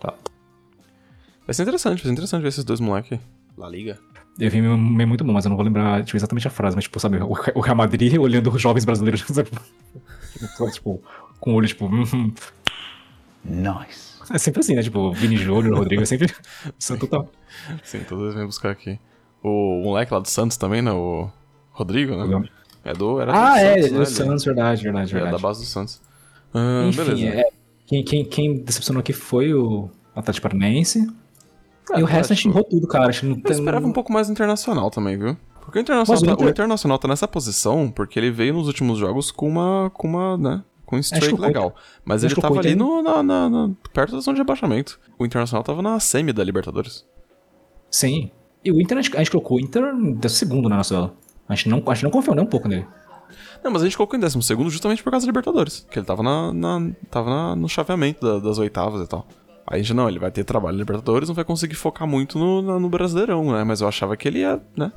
S2: Tá.
S1: Vai ser interessante, vai ser interessante ver esses dois moleques. La Liga?
S2: Eu vi um meme muito bom, mas eu não vou lembrar tipo, exatamente a frase, mas tipo, sabe, o, o Real Madrid (laughs) olhando os jovens brasileiros, (laughs) sabe? tipo, com o olho, tipo. Hum, nice. É sempre assim, né? Tipo, Vini (laughs) Júnior, Rodrigo, é sempre. São total.
S1: Sim, todos eles vêm buscar aqui. O moleque lá do Santos também, né? O Rodrigo, né?
S2: Rodrigo.
S1: É do. Era do
S2: Ah, é,
S1: Santos, né?
S2: o Santos, verdade, verdade,
S1: Ele é da
S2: verdade.
S1: base do Santos. Ah,
S2: Enfim,
S1: beleza.
S2: é, quem, quem, quem decepcionou aqui foi o Atlético Paranaense.
S1: É,
S2: e o resto a
S1: Atlético.
S2: gente errou tudo, cara. A gente não
S1: Eu esperava um pouco mais do internacional também, viu? Porque o internacional,
S2: Então, Mas o
S1: tá, o
S2: Inter-
S1: internacional tá nessa posição porque ele veio nos últimos jogos com uma. com uma, né? Com um
S2: Acho
S1: streak
S2: que o
S1: legal. Mas
S2: acho
S1: ele
S2: que o é-
S1: tava
S2: Coita
S1: ali
S2: ainda-
S1: no, na, na- na- perto da zona de rebaixamento. O Internacional tava na semi da Libertadores.
S2: Sim. E o Inter, a gente, a gente colocou o Inter deu segundo na nossa vela. A gente não, a gente não confiou nem um pouco nele.
S1: Não, mas a gente colocou em décimo segundo justamente por causa da Libertadores. Que ele tava, na, na- tava na- no chaveamento da- das oitavas e tal. Aí a gente, não, ele vai ter trabalho na Libertadores, não vai conseguir focar muito no, na- no Brasileirão, né? Mas eu achava que ele ia, né?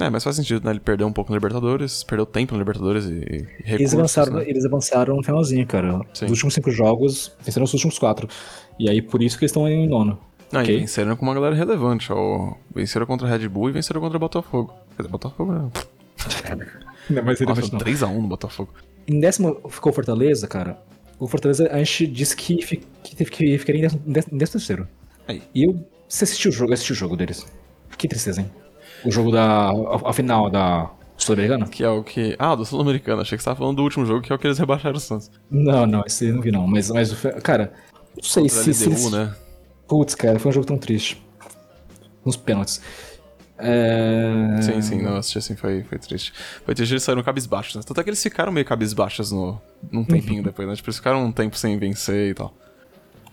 S1: É, mas faz sentido, né? Ele perdeu um pouco na Libertadores, perdeu tempo na Libertadores e, e
S2: Eles
S1: recursos,
S2: avançaram,
S1: né?
S2: eles avançaram no finalzinho, cara.
S1: Sim.
S2: Os últimos cinco jogos, venceram os últimos quatro. E aí, por isso que eles estão em nono.
S1: Ah,
S2: Ok.
S1: e venceram com uma galera relevante. Ó. Venceram contra a Red Bull e venceram contra o Botafogo. Quer dizer, Botafogo não.
S2: (laughs) Não, mas
S1: Nossa, 3x1 no Botafogo.
S2: Em décimo ficou o Fortaleza, cara. O Fortaleza, a gente disse que, fi- que teve que ficar em décimo, em décimo- em décimo terceiro.
S1: Aí.
S2: E eu. Você assistiu o jogo? Eu assisti o jogo deles. Que tristeza, hein? O jogo da. A, a final da Sul-Americana?
S1: Que é o que. Ah, do Sul-Americano. Achei que você tava falando do último jogo, que é o que eles rebaixaram o Santos.
S2: Não, não, esse eu não vi não. Mas, mas o fe- cara, não sei
S1: Da
S2: se. se-
S1: LDU,
S2: se-
S1: né?
S2: Putz, cara, foi um jogo tão triste. Uns pênaltis. É...
S1: Sim, sim, não, eu assisti assim, foi, foi triste. Foi triste, eles saíram cabisbaixos, né? Tanto é que eles ficaram meio cabisbaixos no, num tempinho depois, né? Tipo, eles ficaram um tempo sem vencer e tal.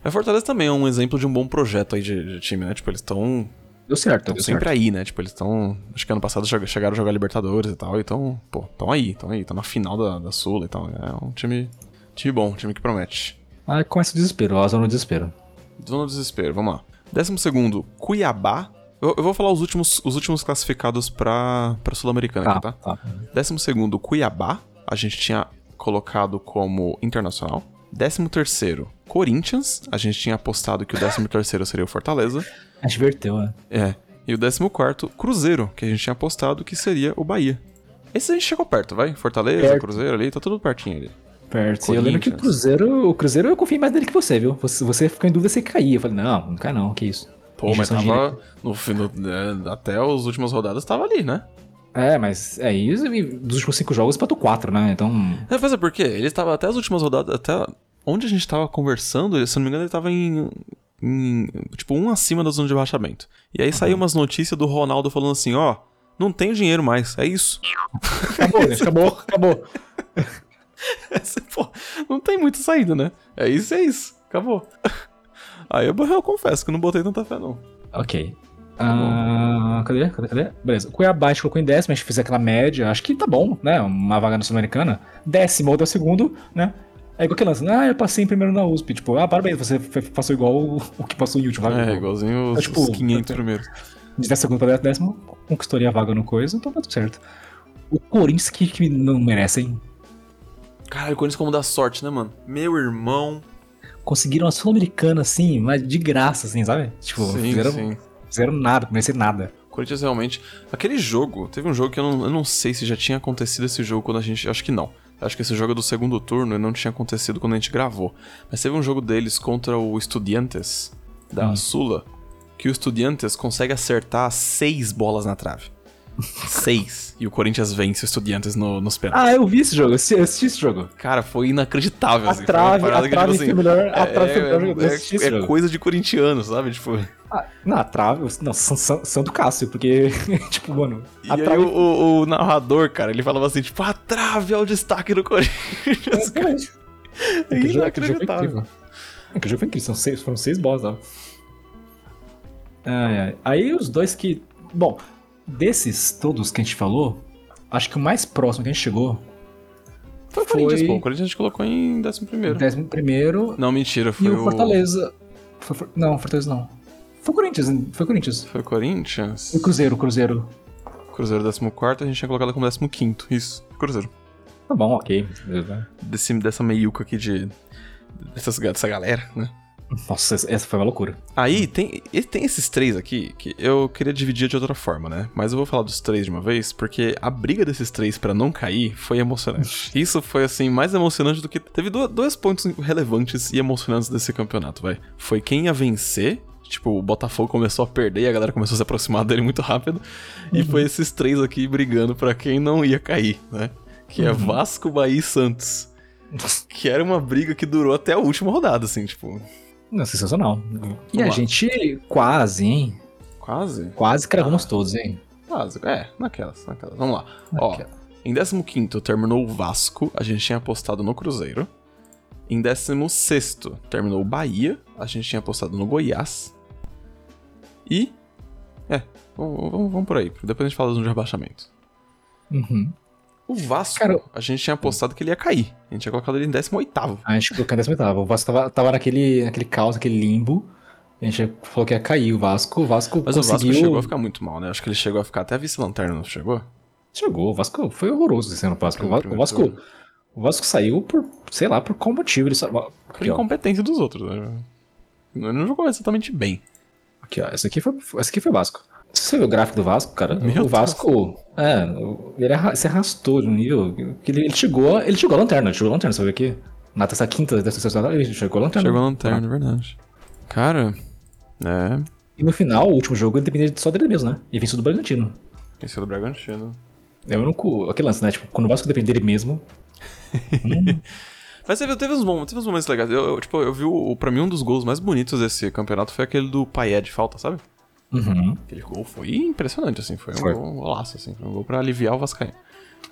S1: A Fortaleza também é um exemplo de um bom projeto aí de, de time, né? Tipo, eles estão
S2: Deu certo,
S1: tão
S2: deu
S1: sempre
S2: certo.
S1: aí, né? Tipo, eles estão. Acho que ano passado chega- chegaram a jogar Libertadores e tal, então, pô, estão aí, estão aí, estão na final da, da Sula e tal. É um time, time bom, um time que promete.
S2: Aí Ah, começa o desespero, a zona do desespero.
S1: Zona do desespero, vamos lá. Décimo segundo, Cuiabá. Eu, eu vou falar os últimos, os últimos classificados pra, pra Sul-Americana aqui, tá?
S2: tá.
S1: Décimo segundo, Cuiabá. A gente tinha colocado como Internacional. Décimo terceiro, Corinthians. A gente tinha apostado que o décimo terceiro seria o Fortaleza.
S2: A gente verteu, né?
S1: É. E o décimo quarto, Cruzeiro, que a gente tinha apostado que seria o Bahia. Esse a gente chegou perto, vai? Fortaleza,
S2: Perto.
S1: Cruzeiro ali, tá tudo pertinho ali.
S2: Perto. E eu lembro que o
S1: Corinthians.
S2: Cruzeiro, o Cruzeiro eu confiei mais nele que você, viu? Você, você ficou em dúvida se caía. Eu falei, não, não cai não, que isso.
S1: Pô, mas
S2: Injeção de-
S1: tava no, fim do- né, até as últimas rodadas tava ali, né?
S2: É, mas é isso. E dos últimos cinco jogos, empatou quatro, né? Então.
S1: É, mas é porque ele tava até as últimas rodadas, até onde a gente tava conversando, ele- se eu não me engano, ele tava em, em, tipo, um acima da zona de rebaixamento. E aí saiu umas notícias do Ronaldo falando assim, ó, não tenho dinheiro mais, é isso. (laughs)
S2: Acabou, né? Acabou, acabou.
S1: assim, Pô, não tem muita saída, né? É isso, é isso. Acabou. (laughs) Aí eu, eu confesso que eu não botei tanta fé, não.
S2: Ok. Ah, cadê? Cadê? Cadê? Beleza. Cuiabá a gente colocou em décimo, a gente fez aquela média, acho que tá bom, né? Uma vaga na Sul-Americana. Décimo ou segundo, né? É igual que lança, ah, eu passei em primeiro na USP. Tipo, ah, parabéns, você fe- passou igual o, o que passou em último.
S1: É, igualzinho os,
S2: É, tipo,
S1: os 500 primeiros.
S2: De segundo pra décimo, conquistaria a vaga no coisa, então tá tudo certo. O Corinthians que, que não merece, hein?
S1: Caralho, o Corinthians como dá sorte, né, mano? Meu irmão.
S2: Conseguiram a Sul-Americana, assim, mas de graça, assim, sabe? Tipo,
S1: Sim,
S2: fizeram,
S1: sim.
S2: fizeram nada, não mereceram nada.
S1: O Corinthians realmente. Aquele jogo, teve um jogo que eu não, eu não sei se já tinha acontecido esse jogo quando a gente. Acho que não. Acho que esse jogo é do segundo turno e não tinha acontecido quando a gente gravou. Mas teve um jogo deles contra o Estudiantes da
S2: Hum.
S1: Sula. Que o Estudiantes consegue acertar seis bolas na
S2: (laughs)
S1: trave. seis. E o Corinthians vence o Estudiantes no- nos pênaltis.
S2: Ah, eu vi esse jogo, eu assisti, eu assisti esse jogo.
S1: Cara, foi inacreditável.
S2: A
S1: Tipo assim, foi uma
S2: trave-
S1: parada tipo assim,
S2: a trave foi melhor- a trave foi melhor jogador, eu assisti
S1: é,
S2: esse
S1: é, é
S2: jogo.
S1: coisa de corintiano, sabe? Tipo.
S2: Ah, não, a trave. Não, San- San- Santo Cássio, porque, (laughs) tipo, mano.
S1: E
S2: A
S1: aí
S2: trave.
S1: o, o- o narrador, cara, ele falava assim, tipo, a trave é o destaque do Corinthians. cara. (laughs) É
S2: Aquele jogo- aquele jogo foi
S1: inacreditável.
S2: incrível. Aquele jogo foi incrível, são seis, foram seis bolas, ó. Ai, ai. Aí os dois que. Bom, desses todos que a gente falou, acho que o mais próximo que a gente chegou
S1: Foi o
S2: Foi-
S1: Corinthians, pô. O Corinthians a gente colocou em 11º.
S2: décimo primeiro
S1: Não, mentira,
S2: e
S1: foi
S2: o Fortaleza. Foi For- não, Fortaleza não. Foi o Corinthians, né? foi o Corinthians.
S1: Foi o Corinthians?
S2: E o Cruzeiro, o Cruzeiro.
S1: Cruzeiro 14 a gente tinha colocado como 15 Isso, Cruzeiro.
S2: Tá bom, ok.
S1: Desse, dessa meiuca aqui de... Dessas, ga- dessa galera, né?
S2: Nossa, essa essa foi uma loucura.
S1: Aí tem, e tem esses três aqui que eu queria dividir de outra forma, né? Mas eu vou falar dos três de uma vez, porque a briga desses três pra não cair foi emocionante. Isso foi assim mais emocionante do que teve du- dois pontos relevantes e emocionantes desse campeonato, vai. Foi quem ia vencer, tipo, o Botafogo começou a perder e a galera começou a se aproximar dele muito rápido, e foi esses três aqui brigando pra quem não ia cair, né? Que é Vasco, Bahia e Santos. Que era uma briga que durou até a última rodada, assim, tipo,
S2: Não, sensacional. E
S1: Vamos
S2: a
S1: lá.
S2: gente quase, hein?
S1: quase
S2: Quase cravamos todos, hein?
S1: Básico, é, naquelas, naquelas. Vamos lá.
S2: Naquela.
S1: Ó, em 15 terminou o Vasco, a gente tinha apostado no Cruzeiro. Em 16 terminou o Bahia, a gente tinha apostado no Goiás. E. É, vamos, vamos- vamos por aí, depois a gente fala dos rebaixamentos.
S2: Uhum.
S1: O Vasco,
S2: Cara,
S1: a gente tinha apostado que ele ia cair. A gente tinha colocado ele em 18.
S2: A gente colocou em 18. O Vasco tava, tava naquele, naquele caos, naquele limbo. A gente falou que ia cair o Vasco. O Vasco
S1: Mas o
S2: conseguiu.
S1: Vasco chegou a ficar muito mal, né? Acho que ele chegou a ficar até vice-lanterna, não chegou?
S2: Chegou, o Vasco foi horroroso esse ano. O Vasco, o Va- o
S1: Primeiro
S2: Vasco,
S1: turno.
S2: o Vasco saiu por, sei lá, por qual motivo. Ele sa...
S1: Por
S2: aqui, ó.
S1: incompetência dos outros, né? Ele não jogou exatamente bem.
S2: Aqui, ó. Esse aqui foi, esse aqui foi o Vasco. Você viu o gráfico do Vasco, cara?
S1: Meu
S2: o
S1: Deus.
S2: Vasco, é, o- ele arra- se arrastou de um nível que ele, ele chegou, ele chegou à lanterna, ele chegou à lanterna, sabe aqui? Na terça quinta, dessa sexta, ele chegou à lanterna.
S1: Chegou a lanterna, é verdade. Cara, é.
S2: E no final, o último jogo ele dependia só dele mesmo, né? E venceu do Bragantino.
S1: Esse é do Bragantino.
S2: É o único. Aquele lance, né? Tipo, quando o Vasco depende dele mesmo.
S1: Mas teve, teve, uns, mom- teve uns momentos legais. Eu, eu, tipo, eu vi, o, pra mim, um dos gols mais bonitos desse campeonato foi aquele do Payet de falta, sabe?
S2: Uhum.
S1: Aquele gol foi impressionante, assim. Foi,
S2: Foi.
S1: um gol- um golaço, assim. Foi um gol pra aliviar o Vascaíno.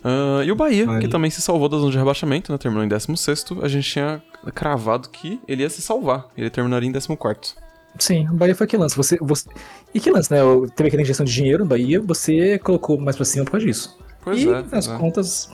S1: Ah, e o Bahia, que também se salvou da zona de rebaixamento, né? Terminou em 16. A gente tinha cravado que ele ia se salvar. Ele terminaria em 14.
S2: Sim, o Bahia foi aquele lance. Você, você... E que lance, né? Eu- Teve aquela injeção de dinheiro no Bahia, você colocou mais pra cima por causa disso.
S1: Pois
S2: e,
S1: é.
S2: nas
S1: pois é,
S2: contas,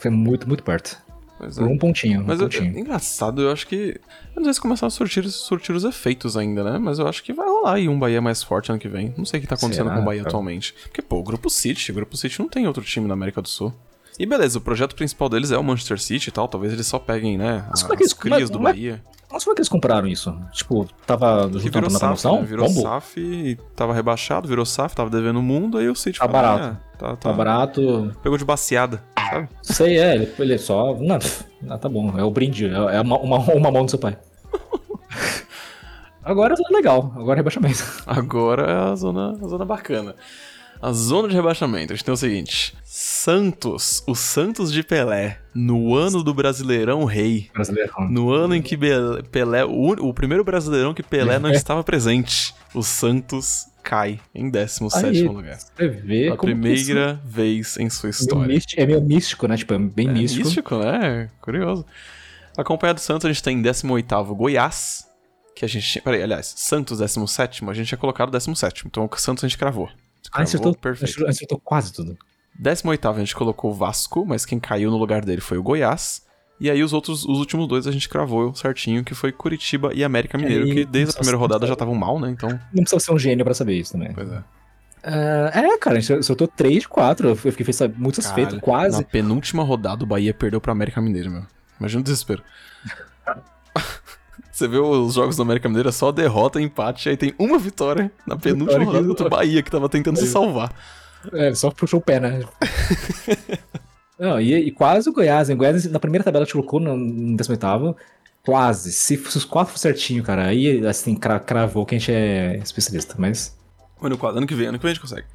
S2: foi muito, muito perto.
S1: pois é.
S2: Por um pontinho. Um
S1: Mas eu,
S2: pontinho.
S1: engraçado, eu acho que. Eu não sei se começaram a surtir, surtir os efeitos ainda, né? Mas eu acho que vai rolar aí um Bahia mais forte ano que vem. Não sei o que tá acontecendo
S2: Será,
S1: com o Bahia
S2: cara?
S1: atualmente. Porque, pô, o Grupo City, o Grupo City não tem outro time na América do Sul. E beleza, o projeto principal deles é o Manchester City e tal. Talvez eles só peguem, né?
S2: Mas
S1: As,
S2: como é que eles-
S1: crias
S2: mas-
S1: do
S2: mas-
S1: Bahia.
S2: Mas como é que eles compraram isso? Tipo, tava
S1: Que
S2: juntando
S1: virou
S2: na
S1: SAF,
S2: promoção?
S1: né? Virou
S2: Bombo?
S1: SAF e tava rebaixado, virou SAF, tava devendo o mundo, aí o City
S2: Tá
S1: falou,
S2: barato.
S1: "Ah, tá,
S2: Tá
S1: tá,
S2: barato.
S1: Pegou de baseada.
S2: Sei, é, ele, ele só. Não, pff, ah, tá bom, é o brinde, é é uma, uma, uma mão do seu pai.
S1: (laughs)
S2: Agora é legal, agora é rebaixamento.
S1: Agora é a zona, a zona bacana. A zona de rebaixamento, a gente tem o seguinte: Santos, o Santos de Pelé, no ano do Brasileirão Rei,
S2: Brasileiro. né?
S1: no ano em que Be- Pelé, o, ún- o primeiro Brasileirão que Pelé
S2: (laughs)
S1: não estava presente, o Santos cai em 17
S2: Aí,
S1: lugar.
S2: Você vê
S1: A
S2: como que isso é
S1: primeira vez em sua
S2: meio
S1: história.
S2: místico- é meio místico, né? Tipo, é bem
S1: É
S2: místico.
S1: místico, né? Curioso. Acompanhado do Santos, a gente tem 18 Goiás. Que a gente tinha. Peraí, aliás, Santos 17, a gente tinha colocado 17. Então o Santos a gente cravou.
S2: Ah, acertou,
S1: perfeito.
S2: acertou- acertou quase tudo.
S1: 18 a gente colocou o Vasco, mas quem caiu no lugar dele foi o Goiás. E aí os outros, os últimos dois a gente cravou certinho, que foi Curitiba e América Mineiro,
S2: aí,
S1: que desde a
S2: nossa,
S1: primeira rodada
S2: nossa.
S1: já estavam mal, né? Então.
S2: Não precisa ser um gênio pra saber isso também.
S1: Pois é.
S2: Ah, é, cara, a gente acertou 3, 4. Eu fiquei fe- muito satisfeito,
S1: Caralho,
S2: quase.
S1: Na penúltima rodada, o Bahia perdeu pra América Mineiro, meu. Imagina o desespero. (laughs) Você vê os jogos do América Mineiro, é só derrota, empate, aí tem uma vitória na penúltima
S2: Vitória que
S1: rodada contra o
S2: vitória.
S1: Bahia, que tava tentando se salvar.
S2: É, ele só puxou o
S1: (laughs)
S2: pé, né? Não, e, e quase o Goiás, hein? O Goiás na primeira tabela te colocou no, no 18 Quase. Se, fosse os quatro fosse certinho, cara, aí assim, cra- cravou que a gente é especialista, mas
S1: Ano, qua- ano que vem, ano que vem a gente consegue.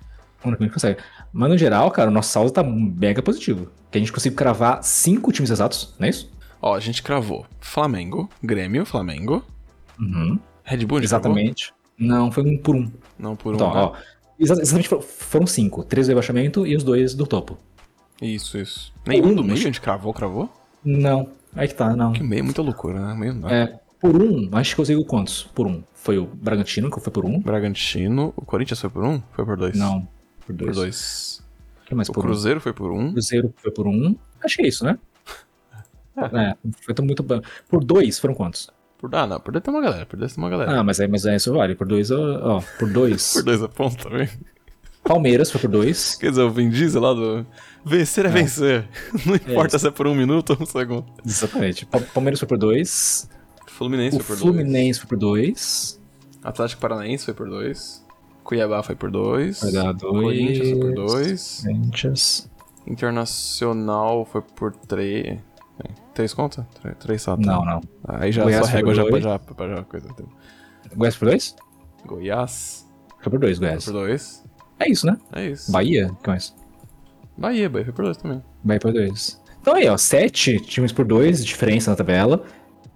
S2: vamos ver como a gente consegue. Mas no geral, cara, o nosso saldo tá mega positivo. Que a gente conseguiu cravar cinco times exatos, não é isso?
S1: Ó, a gente cravou Flamengo, Grêmio, Flamengo,
S2: Uhum.
S1: Red Bull, a gente
S2: Exatamente. Não, foi um por um.
S1: cravou? Não, por um.
S2: então,
S1: né?
S2: ó. exa- Exatamente foram- foram cinco. Três do rebaixamento e os dois do topo.
S1: Isso, isso. Nenhum
S2: Um,
S1: do meio a
S2: acho-
S1: gente cravou, cravou?
S2: Não. Aí que tá, não.
S1: Que meio é muita loucura, né? Meio não.
S2: É, por um, acho que conseguiu quantos? Por um. Foi o Bragantino, que foi por um.
S1: Bragantino, o Corinthians foi por um? Foi por dois?
S2: Não, por dois.
S1: Por dois.
S2: Quem mais
S1: O
S2: por
S1: Cruzeiro foi por
S2: um?
S1: um.
S2: Cruzeiro foi por um. Acho que é isso, né? É, foi tão muito bom. Por dois foram quantos?
S1: Por... Ah, não, por dois tem uma galera, por dois tem uma galera.
S2: Ah, mas é, mas é isso vale. Por dois, ó, ó, por
S1: (laughs)
S2: dois.
S1: Por dois a ponta, também.
S2: Palmeiras foi
S1: (laughs)
S2: por dois.
S1: Quer dizer, o Vin Diesel lá do. Vencer é, vencer. (laughs) Não importa se é por um minuto ou um segundo.
S2: Exatamente. Pa- Palmeiras foi por dois.
S1: Fluminense
S2: O
S1: foi por
S2: Fluminense foi por dois.
S1: dois. Atlético Paranaense foi por dois. Cuiabá foi por dois.
S2: Vai dar dois.
S1: Corinthians foi por
S2: É.
S1: dois.
S2: Corinthians.
S1: Internacional foi por três. é, Três conta? Três, três só. tá?
S2: Não, não.
S1: Aí já
S2: Goiás
S1: só
S2: foi
S1: régua
S2: por
S1: já,
S2: dois.
S1: já, já, já coisa.
S2: Goiás por dois?
S1: Goiás
S2: Foi por dois,
S1: foi
S2: Goiás.
S1: por dois.
S2: É isso, né?
S1: É isso.
S2: Bahia? O que mais?
S1: Bahia, Bahia foi por dois também.
S2: Vai por dois. Então aí, ó, sete times por dois, diferença na tabela.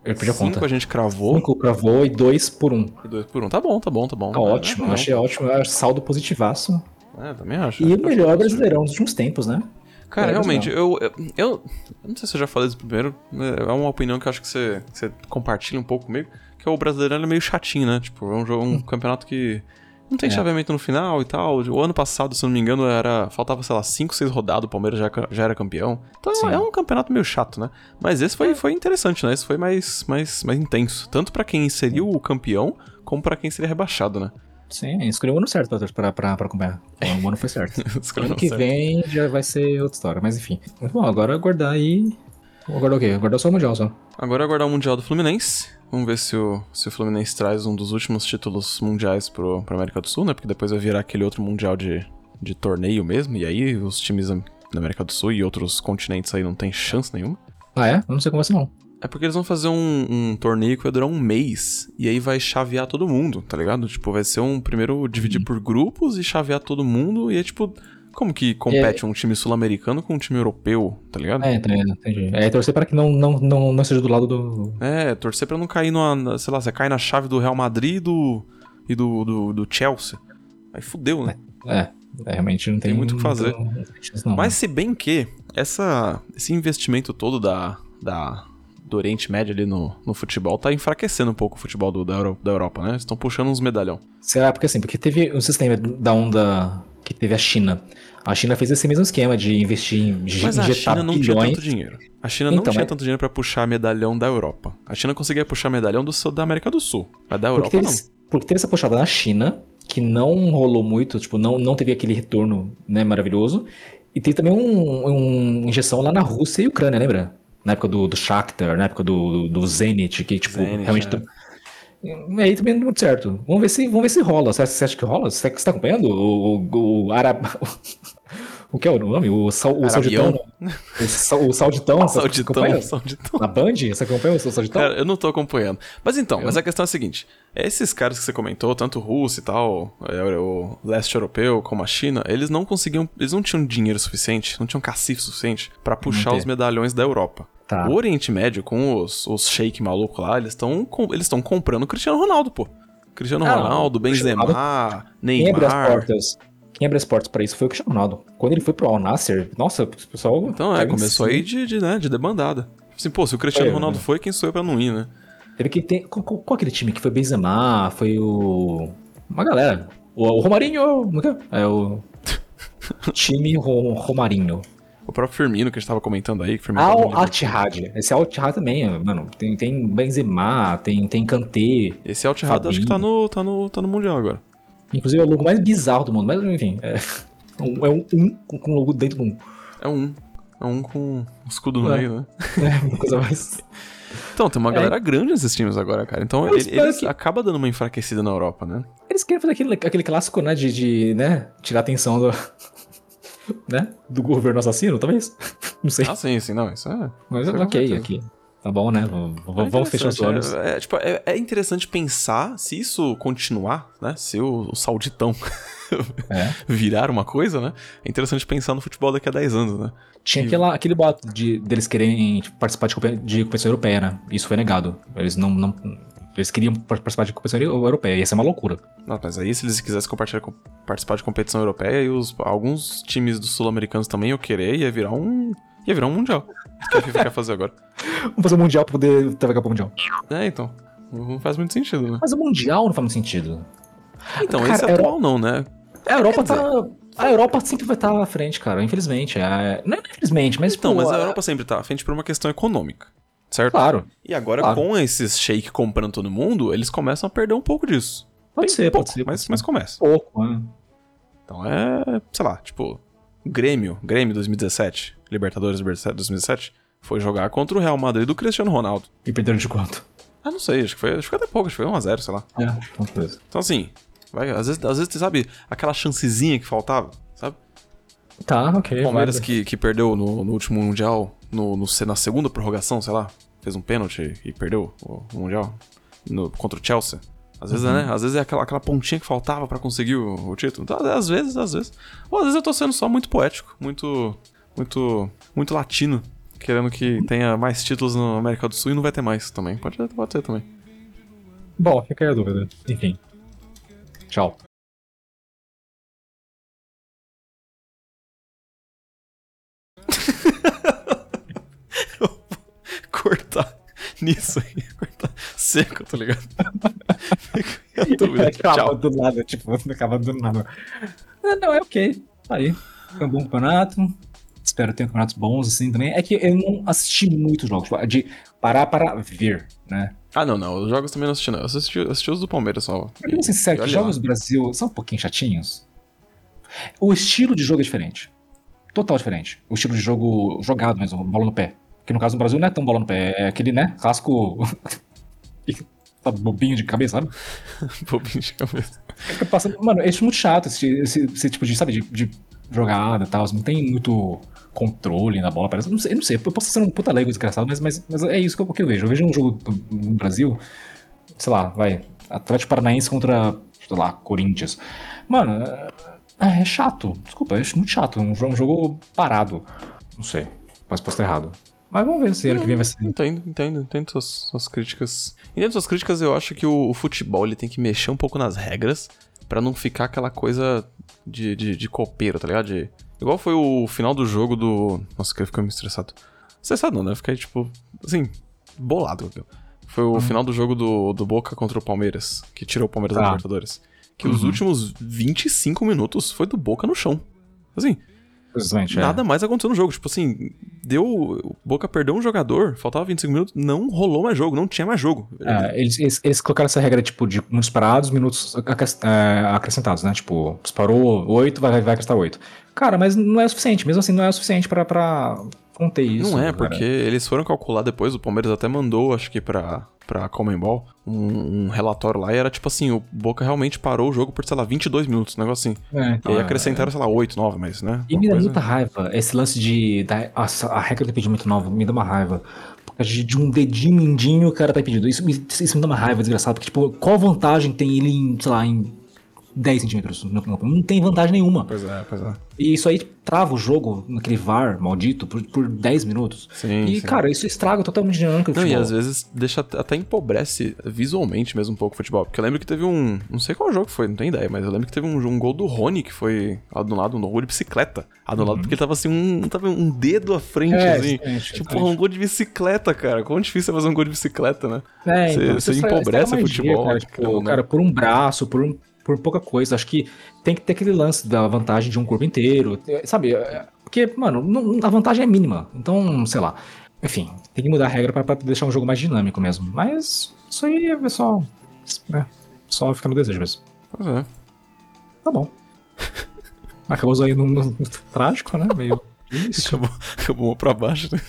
S2: Eu perdi a
S1: Cinco
S2: conta. Um
S1: a gente cravou.
S2: Cinco cravou e dois por um.
S1: E dois por um. Tá bom, tá bom, tá bom.
S2: Tá ótimo,
S1: É, não.
S2: achei ótimo, acho saldo positivaço.
S1: É, também acho.
S2: E
S1: Acho
S2: o melhor
S1: que-
S2: brasileirão dos últimos tempos, né?
S1: Cara,
S2: É,
S1: realmente, eu, eu, eu- eu não sei se eu já falei isso primeiro, né, é uma opinião que eu acho que você, que você compartilha um pouco comigo, que o brasileirão ele é meio chatinho, né? Tipo, é um, jogo,
S2: Hum.
S1: um campeonato que não
S2: É.
S1: tem chaveamento no final e tal. O ano passado, se eu não me engano, era faltava, sei lá, 5, 6 rodadas, o Palmeiras já, ca- já era campeão. Então
S2: Sim. É.
S1: é um campeonato meio chato, né? Mas esse foi, foi interessante, né? Esse foi mais, mais, mais intenso, tanto pra quem seria o campeão, como pra quem seria rebaixado, né? (laughs)
S2: Sim, escolheu o ano certo pra, pra, pra, pra acompanhar. Bom, O ano
S1: (laughs)
S2: foi certo. ano que vem já vai ser outra história, mas enfim. Mas, Bom, agora aguardar aí. Aguardar o quê? Aguardar só o Mundial só.
S1: Agora é aguardar o Mundial do Fluminense. Vamos ver se o, se o Fluminense traz um dos últimos títulos mundiais pro, pra América do Sul, né? Porque depois vai virar aquele outro Mundial de, de torneio mesmo. E aí os times am- da América do Sul e outros continentes aí não tem chance nenhuma.
S2: Ah, é? Eu não sei como vai ser, não.
S1: É porque eles vão fazer um, um torneio que vai durar um mês. E aí vai chavear todo mundo, tá ligado? Tipo, vai ser um primeiro dividir por grupos e chavear todo mundo. E é tipo, como que compete um time sul-americano com um time europeu, tá ligado?
S2: É, tá, entendi. É torcer para que não, não, não, não seja do lado do.
S1: É, torcer pra não cair numa. na- Sei lá, você cai na chave do Real Madrid e do. e do, do, do Chelsea. Aí fudeu, né?
S2: É, é, realmente não tem,
S1: muito o que fazer.
S2: Não, tem chance, não.
S1: Mas se bem que essa, esse investimento todo da, da, do Oriente Médio ali no, no futebol tá enfraquecendo um pouco o futebol do- da, Euro- da Europa, né? Eles estão puxando uns medalhão.
S2: Será? Porque assim, porque teve um sistema da onda que teve a China. A China fez esse mesmo esquema de investir em de
S1: Mas a
S2: injetar
S1: China não tinha
S2: bilhões.
S1: tanto dinheiro. A China não
S2: Então,
S1: tinha
S2: mas-
S1: tanto dinheiro pra puxar medalhão da Europa. A China conseguia puxar medalhão do, sul- da América do Sul. Mas da Europa
S2: porque, teve,
S1: não.
S2: porque teve essa puxada na China, que não rolou muito, tipo, não, não teve aquele retorno né, maravilhoso. E teve também um- uma injeção lá na Rússia e Ucrânia, lembra? Na época do, do Shakhtar, na época do, do, do Zenit, que, tipo,
S1: Zenit,
S2: realmente.
S1: é.
S2: tam- E Aí também não deu muito certo. Vamos ver se, vamos ver se rola. Você acha, você acha que rola? Você, você tá acompanhando? O, o, o Arab... (laughs) O que é o nome? O, sal, o
S1: Arabião.
S2: Sauditão? O, sal, o Sauditão?
S1: (laughs)
S2: você
S1: Sauditão, É.
S2: acompanha?
S1: sauditão.
S2: Na Band? Você acompanha o Sauditão?
S1: Cara, eu não tô acompanhando. Mas então, mas a questão é a seguinte: esses caras que você comentou, tanto o russo e tal, é, o leste europeu, como a China, eles não conseguiam, eles não tinham dinheiro suficiente, não tinham cacife suficiente pra puxar
S2: tem.
S1: os medalhões da Europa.
S2: Tá.
S1: O Oriente Médio, com os, os shake maluco lá, eles estão com- eles estão comprando o Cristiano Ronaldo, pô. Cristiano
S2: Ah,
S1: Ronaldo,
S2: o Cristiano
S1: Benzema,
S2: Quem abriu as
S1: Neymar.
S2: portas? Quem abriu as portas pra isso foi o Cristiano Ronaldo. Quando ele foi pro Al Nasser, nossa, o pessoal.
S1: Então é,
S2: caiu em
S1: começou
S2: cima.
S1: aí de, de, né, de debandada. Assim, pô, se o Cristiano
S2: Tá Foi,
S1: Ronaldo
S2: né?
S1: foi, quem sou eu pra não ir, né?
S2: Teve que ter. Qual, qual- qual aquele time que foi Benzema? Foi o. Uma galera. O, o Romarinho. Como que é?
S1: (laughs)
S2: É o. Time Ro- Romarinho.
S1: O próprio Firmino que a gente tava comentando aí, que o Firmino tava no
S2: Al
S1: Liverpool.
S2: Attihad. Esse Al Attihad também, é, mano. Tem, tem Benzema, tem, tem Kanté.
S1: Esse Altirado acho que tá no, tá, no, tá no Mundial agora.
S2: Inclusive é o logo mais bizarro do mundo. Mas enfim. É, (laughs) um- é um, um com- com logo dentro de um. (laughs)
S1: É um. É um com um escudo no
S2: É.
S1: meio, né?
S2: É uma coisa mais.
S1: Então, tem uma galera grande nesses times agora, cara. Então,
S2: Eu
S1: ele,
S2: espero
S1: eles
S2: É. que-
S1: acaba dando uma enfraquecida na Europa, né?
S2: Eles querem fazer aquele, aquele clássico, né? De, de, né? Tirar a atenção do. (laughs) né? Do governo assassino, talvez? (laughs) Não sei.
S1: Ah, sim, sim, não, isso é...
S2: Mas
S1: isso é
S2: ok,
S1: complicado.
S2: aqui. Tá bom, né? V- v-
S1: É
S2: Vamos fechar os olhos.
S1: interessante, É, é, tipo, é, é interessante pensar se isso continuar, né? Se o, o sauditão
S2: É.
S1: (laughs) virar uma coisa, né? É interessante pensar no futebol daqui a 10 anos, né?
S2: Tinha aquela, aquele boato de, deles quererem tipo, participar de, compe- de competição europeia, né? Isso foi negado. Eles não. não eles queriam par- participar de competição eu- europeia. Ia ser uma loucura.
S1: Não, mas aí se eles quisessem compartilhar com- participar de competição europeia e os, alguns times dos sul-americanos também eu querer, ia virar um. ia virar um mundial. O que a FIFA (laughs) quer fazer agora?
S2: Vamos fazer o Mundial pra poder trabalhar pro Mundial.
S1: É, então. Não faz muito sentido, né?
S2: Mas o Mundial não faz muito sentido.
S1: Então,
S2: Cara,
S1: esse
S2: era-
S1: atual não, né?
S2: A Europa tá. A Europa sempre vai estar à frente, cara, infelizmente. É, não é infelizmente, mas.
S1: Então,
S2: pô,
S1: mas a
S2: é-
S1: Europa sempre tá à frente por uma questão econômica. Certo?
S2: Claro,
S1: E agora,
S2: Claro.
S1: com esses shake comprando todo mundo, eles começam a perder um pouco disso.
S2: pode ser,
S1: pouco,
S2: pode ser.
S1: mas,
S2: pode
S1: mas
S2: ser.
S1: começa.
S2: pouco, né?
S1: Então é, sei lá, tipo, Grêmio, Grêmio 2017, Libertadores 2017, foi jogar contra o Real Madrid do Cristiano Ronaldo.
S2: E perderam de quanto?
S1: Ah, não sei, acho que foi, acho que foi até pouco, acho que foi 1x0, sei lá.
S2: (laughs) É, uma coisa.
S1: Então assim, vai, às vezes, às vezes, sabe, aquela chancezinha que faltava, sabe?
S2: Tá, ok.
S1: Palmeiras
S2: válido.
S1: que, que perdeu no, no último Mundial, no, no, se- na segunda prorrogação, sei lá, fez um pênalti e perdeu o, o Mundial no- contra o Chelsea. Às vezes, né? Às vezes é aquela, aquela pontinha que faltava pra conseguir o, o título. Então, às vezes, às vezes. Ou às vezes eu tô sendo só muito poético, muito. muito. muito latino. Querendo que tenha mais títulos na América do Sul e não vai ter mais também. Pode, pode ser também.
S2: Bom, fica aí a dúvida. Enfim. Tchau. (laughs)
S1: Cortar (laughs) nisso aí. Cortar seco, tá ligado? Fica aí a dúvida.
S2: Acaba
S1: Tchau.
S2: do nada, tipo, acaba do nada. Ah, Não, é ok. Tá aí. Foi um bom campeonato. Espero ter campeonatos bons assim também. É que eu não assisti muitos jogos, tipo, de parar para ver, né?
S1: Ah, não, não. Os jogos também não assisti, não. Eu assisti, eu assisti os do Palmeiras só.
S2: Pra ser
S1: E
S2: sincero, que
S1: olha (laughs)
S2: jogos
S1: lá.
S2: do Brasil são um pouquinho chatinhos. O estilo de jogo é diferente. Total diferente. O estilo de jogo jogado mesmo, bola no pé. Que no caso do Brasil não é tão bola no pé, é aquele, né, (laughs) casco bobinho de cabeça, sabe?
S1: Bobinho de cabeça.
S2: Fica passando- Mano, eu acho muito chato esse, esse- esse tipo de, sabe, de, de jogada e tal. Não tem muito controle na bola, parece. Não sei, eu não sei. Eu posso ser um puta leigo desgraçado, mas, mas, mas é isso que eu, que eu vejo. Eu vejo um jogo do, do Brasil, sei lá, vai, Atlético Paranaense contra, sei lá, Corinthians. Mano, é, é chato. Desculpa, eu acho muito chato. Um, jo- um jogo parado. Não sei, mas posso estar errado. Mas vamos ver se ano que vem vai ser.
S1: Entendo, entendo, entendo suas, suas críticas. Entendo suas críticas, eu acho que o, o futebol ele tem que mexer um pouco nas regras pra não ficar aquela coisa de, de, de copeiro, tá ligado? De- igual foi o final do jogo do. Nossa, que eu fiquei meio estressado. Estressado não, né? Eu fiquei, tipo, assim, bolado com aquilo. Foi o final do jogo do, do Boca contra o Palmeiras, que tirou o Palmeiras da
S2: Tá.
S1: Libertadores. Que os últimos 25 minutos foi do Boca no chão. Assim,
S2: Simplesmente, é.
S1: Nada mais aconteceu no jogo. Tipo assim, deu. O Boca perdeu um jogador, faltava 25 minutos, não rolou mais jogo, não tinha mais jogo.
S2: É, eles, eles, eles colocaram essa regra, tipo, de minutos parados, minutos acres- é, acrescentados, né? Tipo, disparou 8, vai, vai acrescentar 8. Cara, mas não é o suficiente. Mesmo assim, não é o suficiente pra, pra conter isso. né,
S1: não é,
S2: cara.
S1: porque eles foram calcular depois, o Palmeiras até mandou, acho que pra, pra Comembol, um, um relatório lá, e era tipo assim, o Boca realmente parou o jogo por, sei lá, 22 minutos, um negócio assim.
S2: É,
S1: E aí
S2: então, é.
S1: acrescentaram, sei lá, 8, 9, mas, né?
S2: E
S1: uma
S2: me dá
S1: coisa-
S2: muita raiva esse lance de. Da, nossa, a regra do impedimento nova me dá uma raiva. Por causa de, de um dedinho mindinho o cara tá impedido. Isso, me- isso me dá uma raiva, desgraçado. Porque, tipo, qual vantagem tem ele em, sei lá, em 10 centímetros no campo. Não tem vantagem nenhuma.
S1: Pois é, pois é.
S2: E isso aí trava o jogo naquele VAR maldito por, por 10 minutos.
S1: Sim,
S2: e,
S1: sim.
S2: cara, isso estraga totalmente a dinâmica do
S1: Não, e
S2: futebol.
S1: às vezes deixa até empobrece visualmente mesmo um pouco o futebol. Porque eu lembro que teve um. Não sei qual jogo foi, não tenho ideia, mas eu lembro que teve um, um gol do Rony que foi anulado, um gol de bicicleta. Anulado porque ele tava assim, um, tava um dedo à frente,
S2: Uhum. É,
S1: assim.
S2: exatamente,
S1: tipo,
S2: exatamente.
S1: um gol de bicicleta, cara. Quão difícil é fazer um gol de bicicleta, né?
S2: É,
S1: Você-
S2: então,
S1: você
S2: isso é-
S1: empobrece
S2: isso é
S1: o
S2: magia,
S1: futebol.
S2: Cara,
S1: né?
S2: tipo, cara, por um braço, por, um- por pouca coisa. Acho que tem que ter aquele lance da vantagem de um corpo inteiro. eh, Sabe? eh, Porque, mano, não- a vantagem é mínima. Então, sei lá. Enfim, tem que mudar a regra pra, pra deixar um jogo mais dinâmico mesmo. Mas isso aí é só. né, só fica no desejo mesmo.
S1: Pois é. (laughs)
S2: Tá bom. Acabou isso aí num, num- trágico, né? Meio. Isso.
S1: (laughs) Acabou, acabou pra
S2: (laughs)
S1: baixo, né?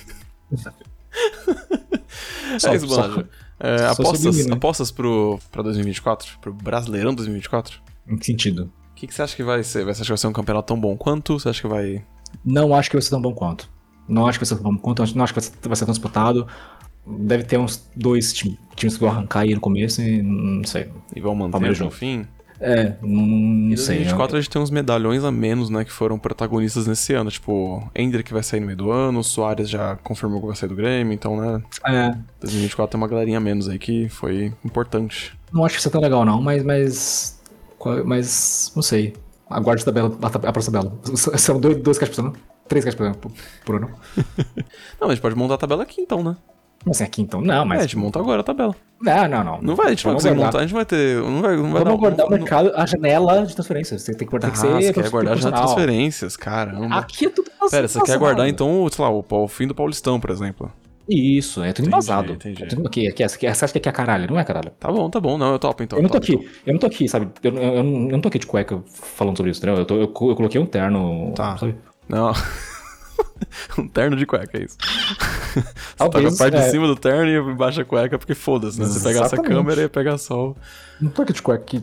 S2: Só-
S1: é isso,
S2: só-
S1: Bonanza. É,
S2: só
S1: apostas,
S2: sublime, né?
S1: apostas pro, pra 2024? Pro Brasileirão 2024?
S2: Em que sentido?
S1: O que, que você acha que vai ser? Você acha que vai ser um campeonato tão bom quanto? Você acha que vai.
S2: Não acho que vai ser tão bom quanto. Não acho que vai ser tão bom quanto, não acho que vai ser, vai ser tão disputado. Deve ter uns dois time- times que vão arrancar aí no começo e não sei.
S1: E vão manter
S2: Palmeiras
S1: até o
S2: não.
S1: fim?
S2: É, não, não
S1: Tá Em
S2: sei. não.
S1: 2024 a gente tem uns medalhões a menos, né? Que foram protagonistas nesse ano. Tipo, Ender que vai sair no meio do ano, o Soares já confirmou que vai sair do Grêmio, então, né?
S2: É,
S1: 2024 tem uma galerinha a menos aí que foi importante.
S2: não acho que vai ser tão legal não, mas, mas, qual- mas não sei. Aguarde a tabela, a, tab- a próxima tabela. (laughs) São dois, dois caras por ano? Três caras por ano por, por ano?
S1: Não, a gente pode montar a tabela aqui então, né?
S2: Não sei, aqui então. Não,
S1: É, a
S2: mas...
S1: gente monta agora a tabela.
S2: não, não, não.
S1: Não vai, a gente não vai conseguir
S2: Vamos aguardar.
S1: montar, a gente vai ter. Não vai, não vai
S2: Vamos
S1: dar, um
S2: aguardar o
S1: não-
S2: mercado, a janela de transferências. Você tem que guardar
S1: Ah,
S2: tem que
S1: você
S2: ser.
S1: quer aguardar já
S2: profissional.
S1: transferências, caramba.
S2: Aqui é tudo
S1: né? Pera, você quer
S2: embasado.
S1: aguardar então, o, sei lá, o, o fim do Paulistão, por exemplo.
S2: Isso, é tudo embasado.
S1: entendi.
S2: É tudo aqui, aqui, aqui, você acha que aqui é caralho? Não é caralho.
S1: Tá bom, tá bom, não, eu topo então.
S2: Eu não tô
S1: topo.
S2: aqui, eu não tô aqui, sabe? Eu, eu- eu não eu não tô aqui de cueca falando sobre isso, entendeu? Eu, tô- eu co- eu coloquei um terno.
S1: Tá.
S2: sabe?
S1: Não. (laughs) um terno de cueca, é isso. Você pega a
S2: Talvez,
S1: parte de
S2: é.
S1: cima do terno e baixa a cueca, porque foda-se, né? Você pega essa
S2: Exatamente.
S1: câmera e pega sol.
S2: Não tô aqui de cueca (laughs) aqui.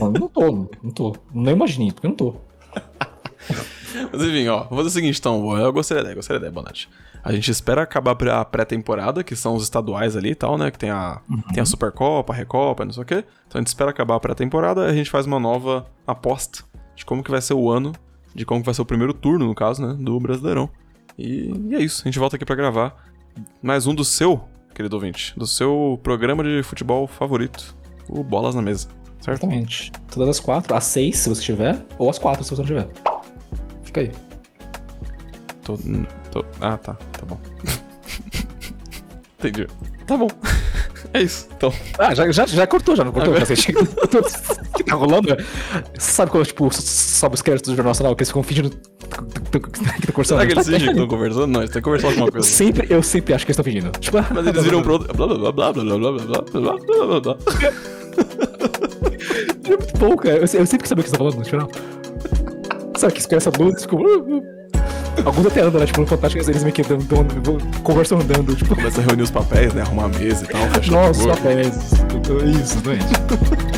S2: não, não tô, não tô. Nem imaginei, porque eu não tô.
S1: Mas enfim, ó, vou fazer o seguinte então, eu gostaria da ideia, gostaria da ideia, Bonatti. A gente espera acabar a pré-temporada, que são os estaduais ali e tal, né? Que tem a, tem a Supercopa, a Recopa, não sei o quê. Então a gente espera acabar a pré-temporada e a gente faz uma nova aposta de como que vai ser o ano, de como que vai ser o primeiro turno, no caso, né? Do Brasileirão. E, e é isso, a gente volta aqui pra gravar mais um do seu, querido ouvinte, do seu programa de futebol favorito, o Bolas na Mesa, certo?
S2: Exatamente. Todas as quatro, às seis, se você tiver, ou às quatro, se você não tiver. Fica aí.
S1: Tô, tô- Ah, tá. Tá bom. (laughs) Entendi. Tá bom. (laughs) É isso. Então,
S2: Ah, já, já, já cortou, já não cortou? (laughs) Já sei. O que tá rolando? Sabe quando, tipo, s- sobe os créditos do Jornal Nacional que eles ficam fingindo que tá conversando?
S1: será que eles
S2: (laughs)
S1: fingem que estão conversando? Não, eles estão conversando alguma
S2: Eu
S1: coisa.
S2: sempre, eu sempre acho que eles estão fingindo. Tipo,
S1: Mas eles viram pro outro. Blá blá blá blá blá blá blá blá blá blá blá blá.
S2: É muito bom, cara. Eu, se- eu sempre que sabia o que você tá falando no jornal. Sabe que escolhe essa blusa e ficam. "Uh, uh". Alguns até andam, né? Tipo, no Fantástico eles meio que dão- dão- conversam andando. Tipo,
S1: Começa a reunir os papéis, né? Arrumar a mesa e tal. fechar o
S2: nossa,
S1: jogo.
S2: é isso, doente.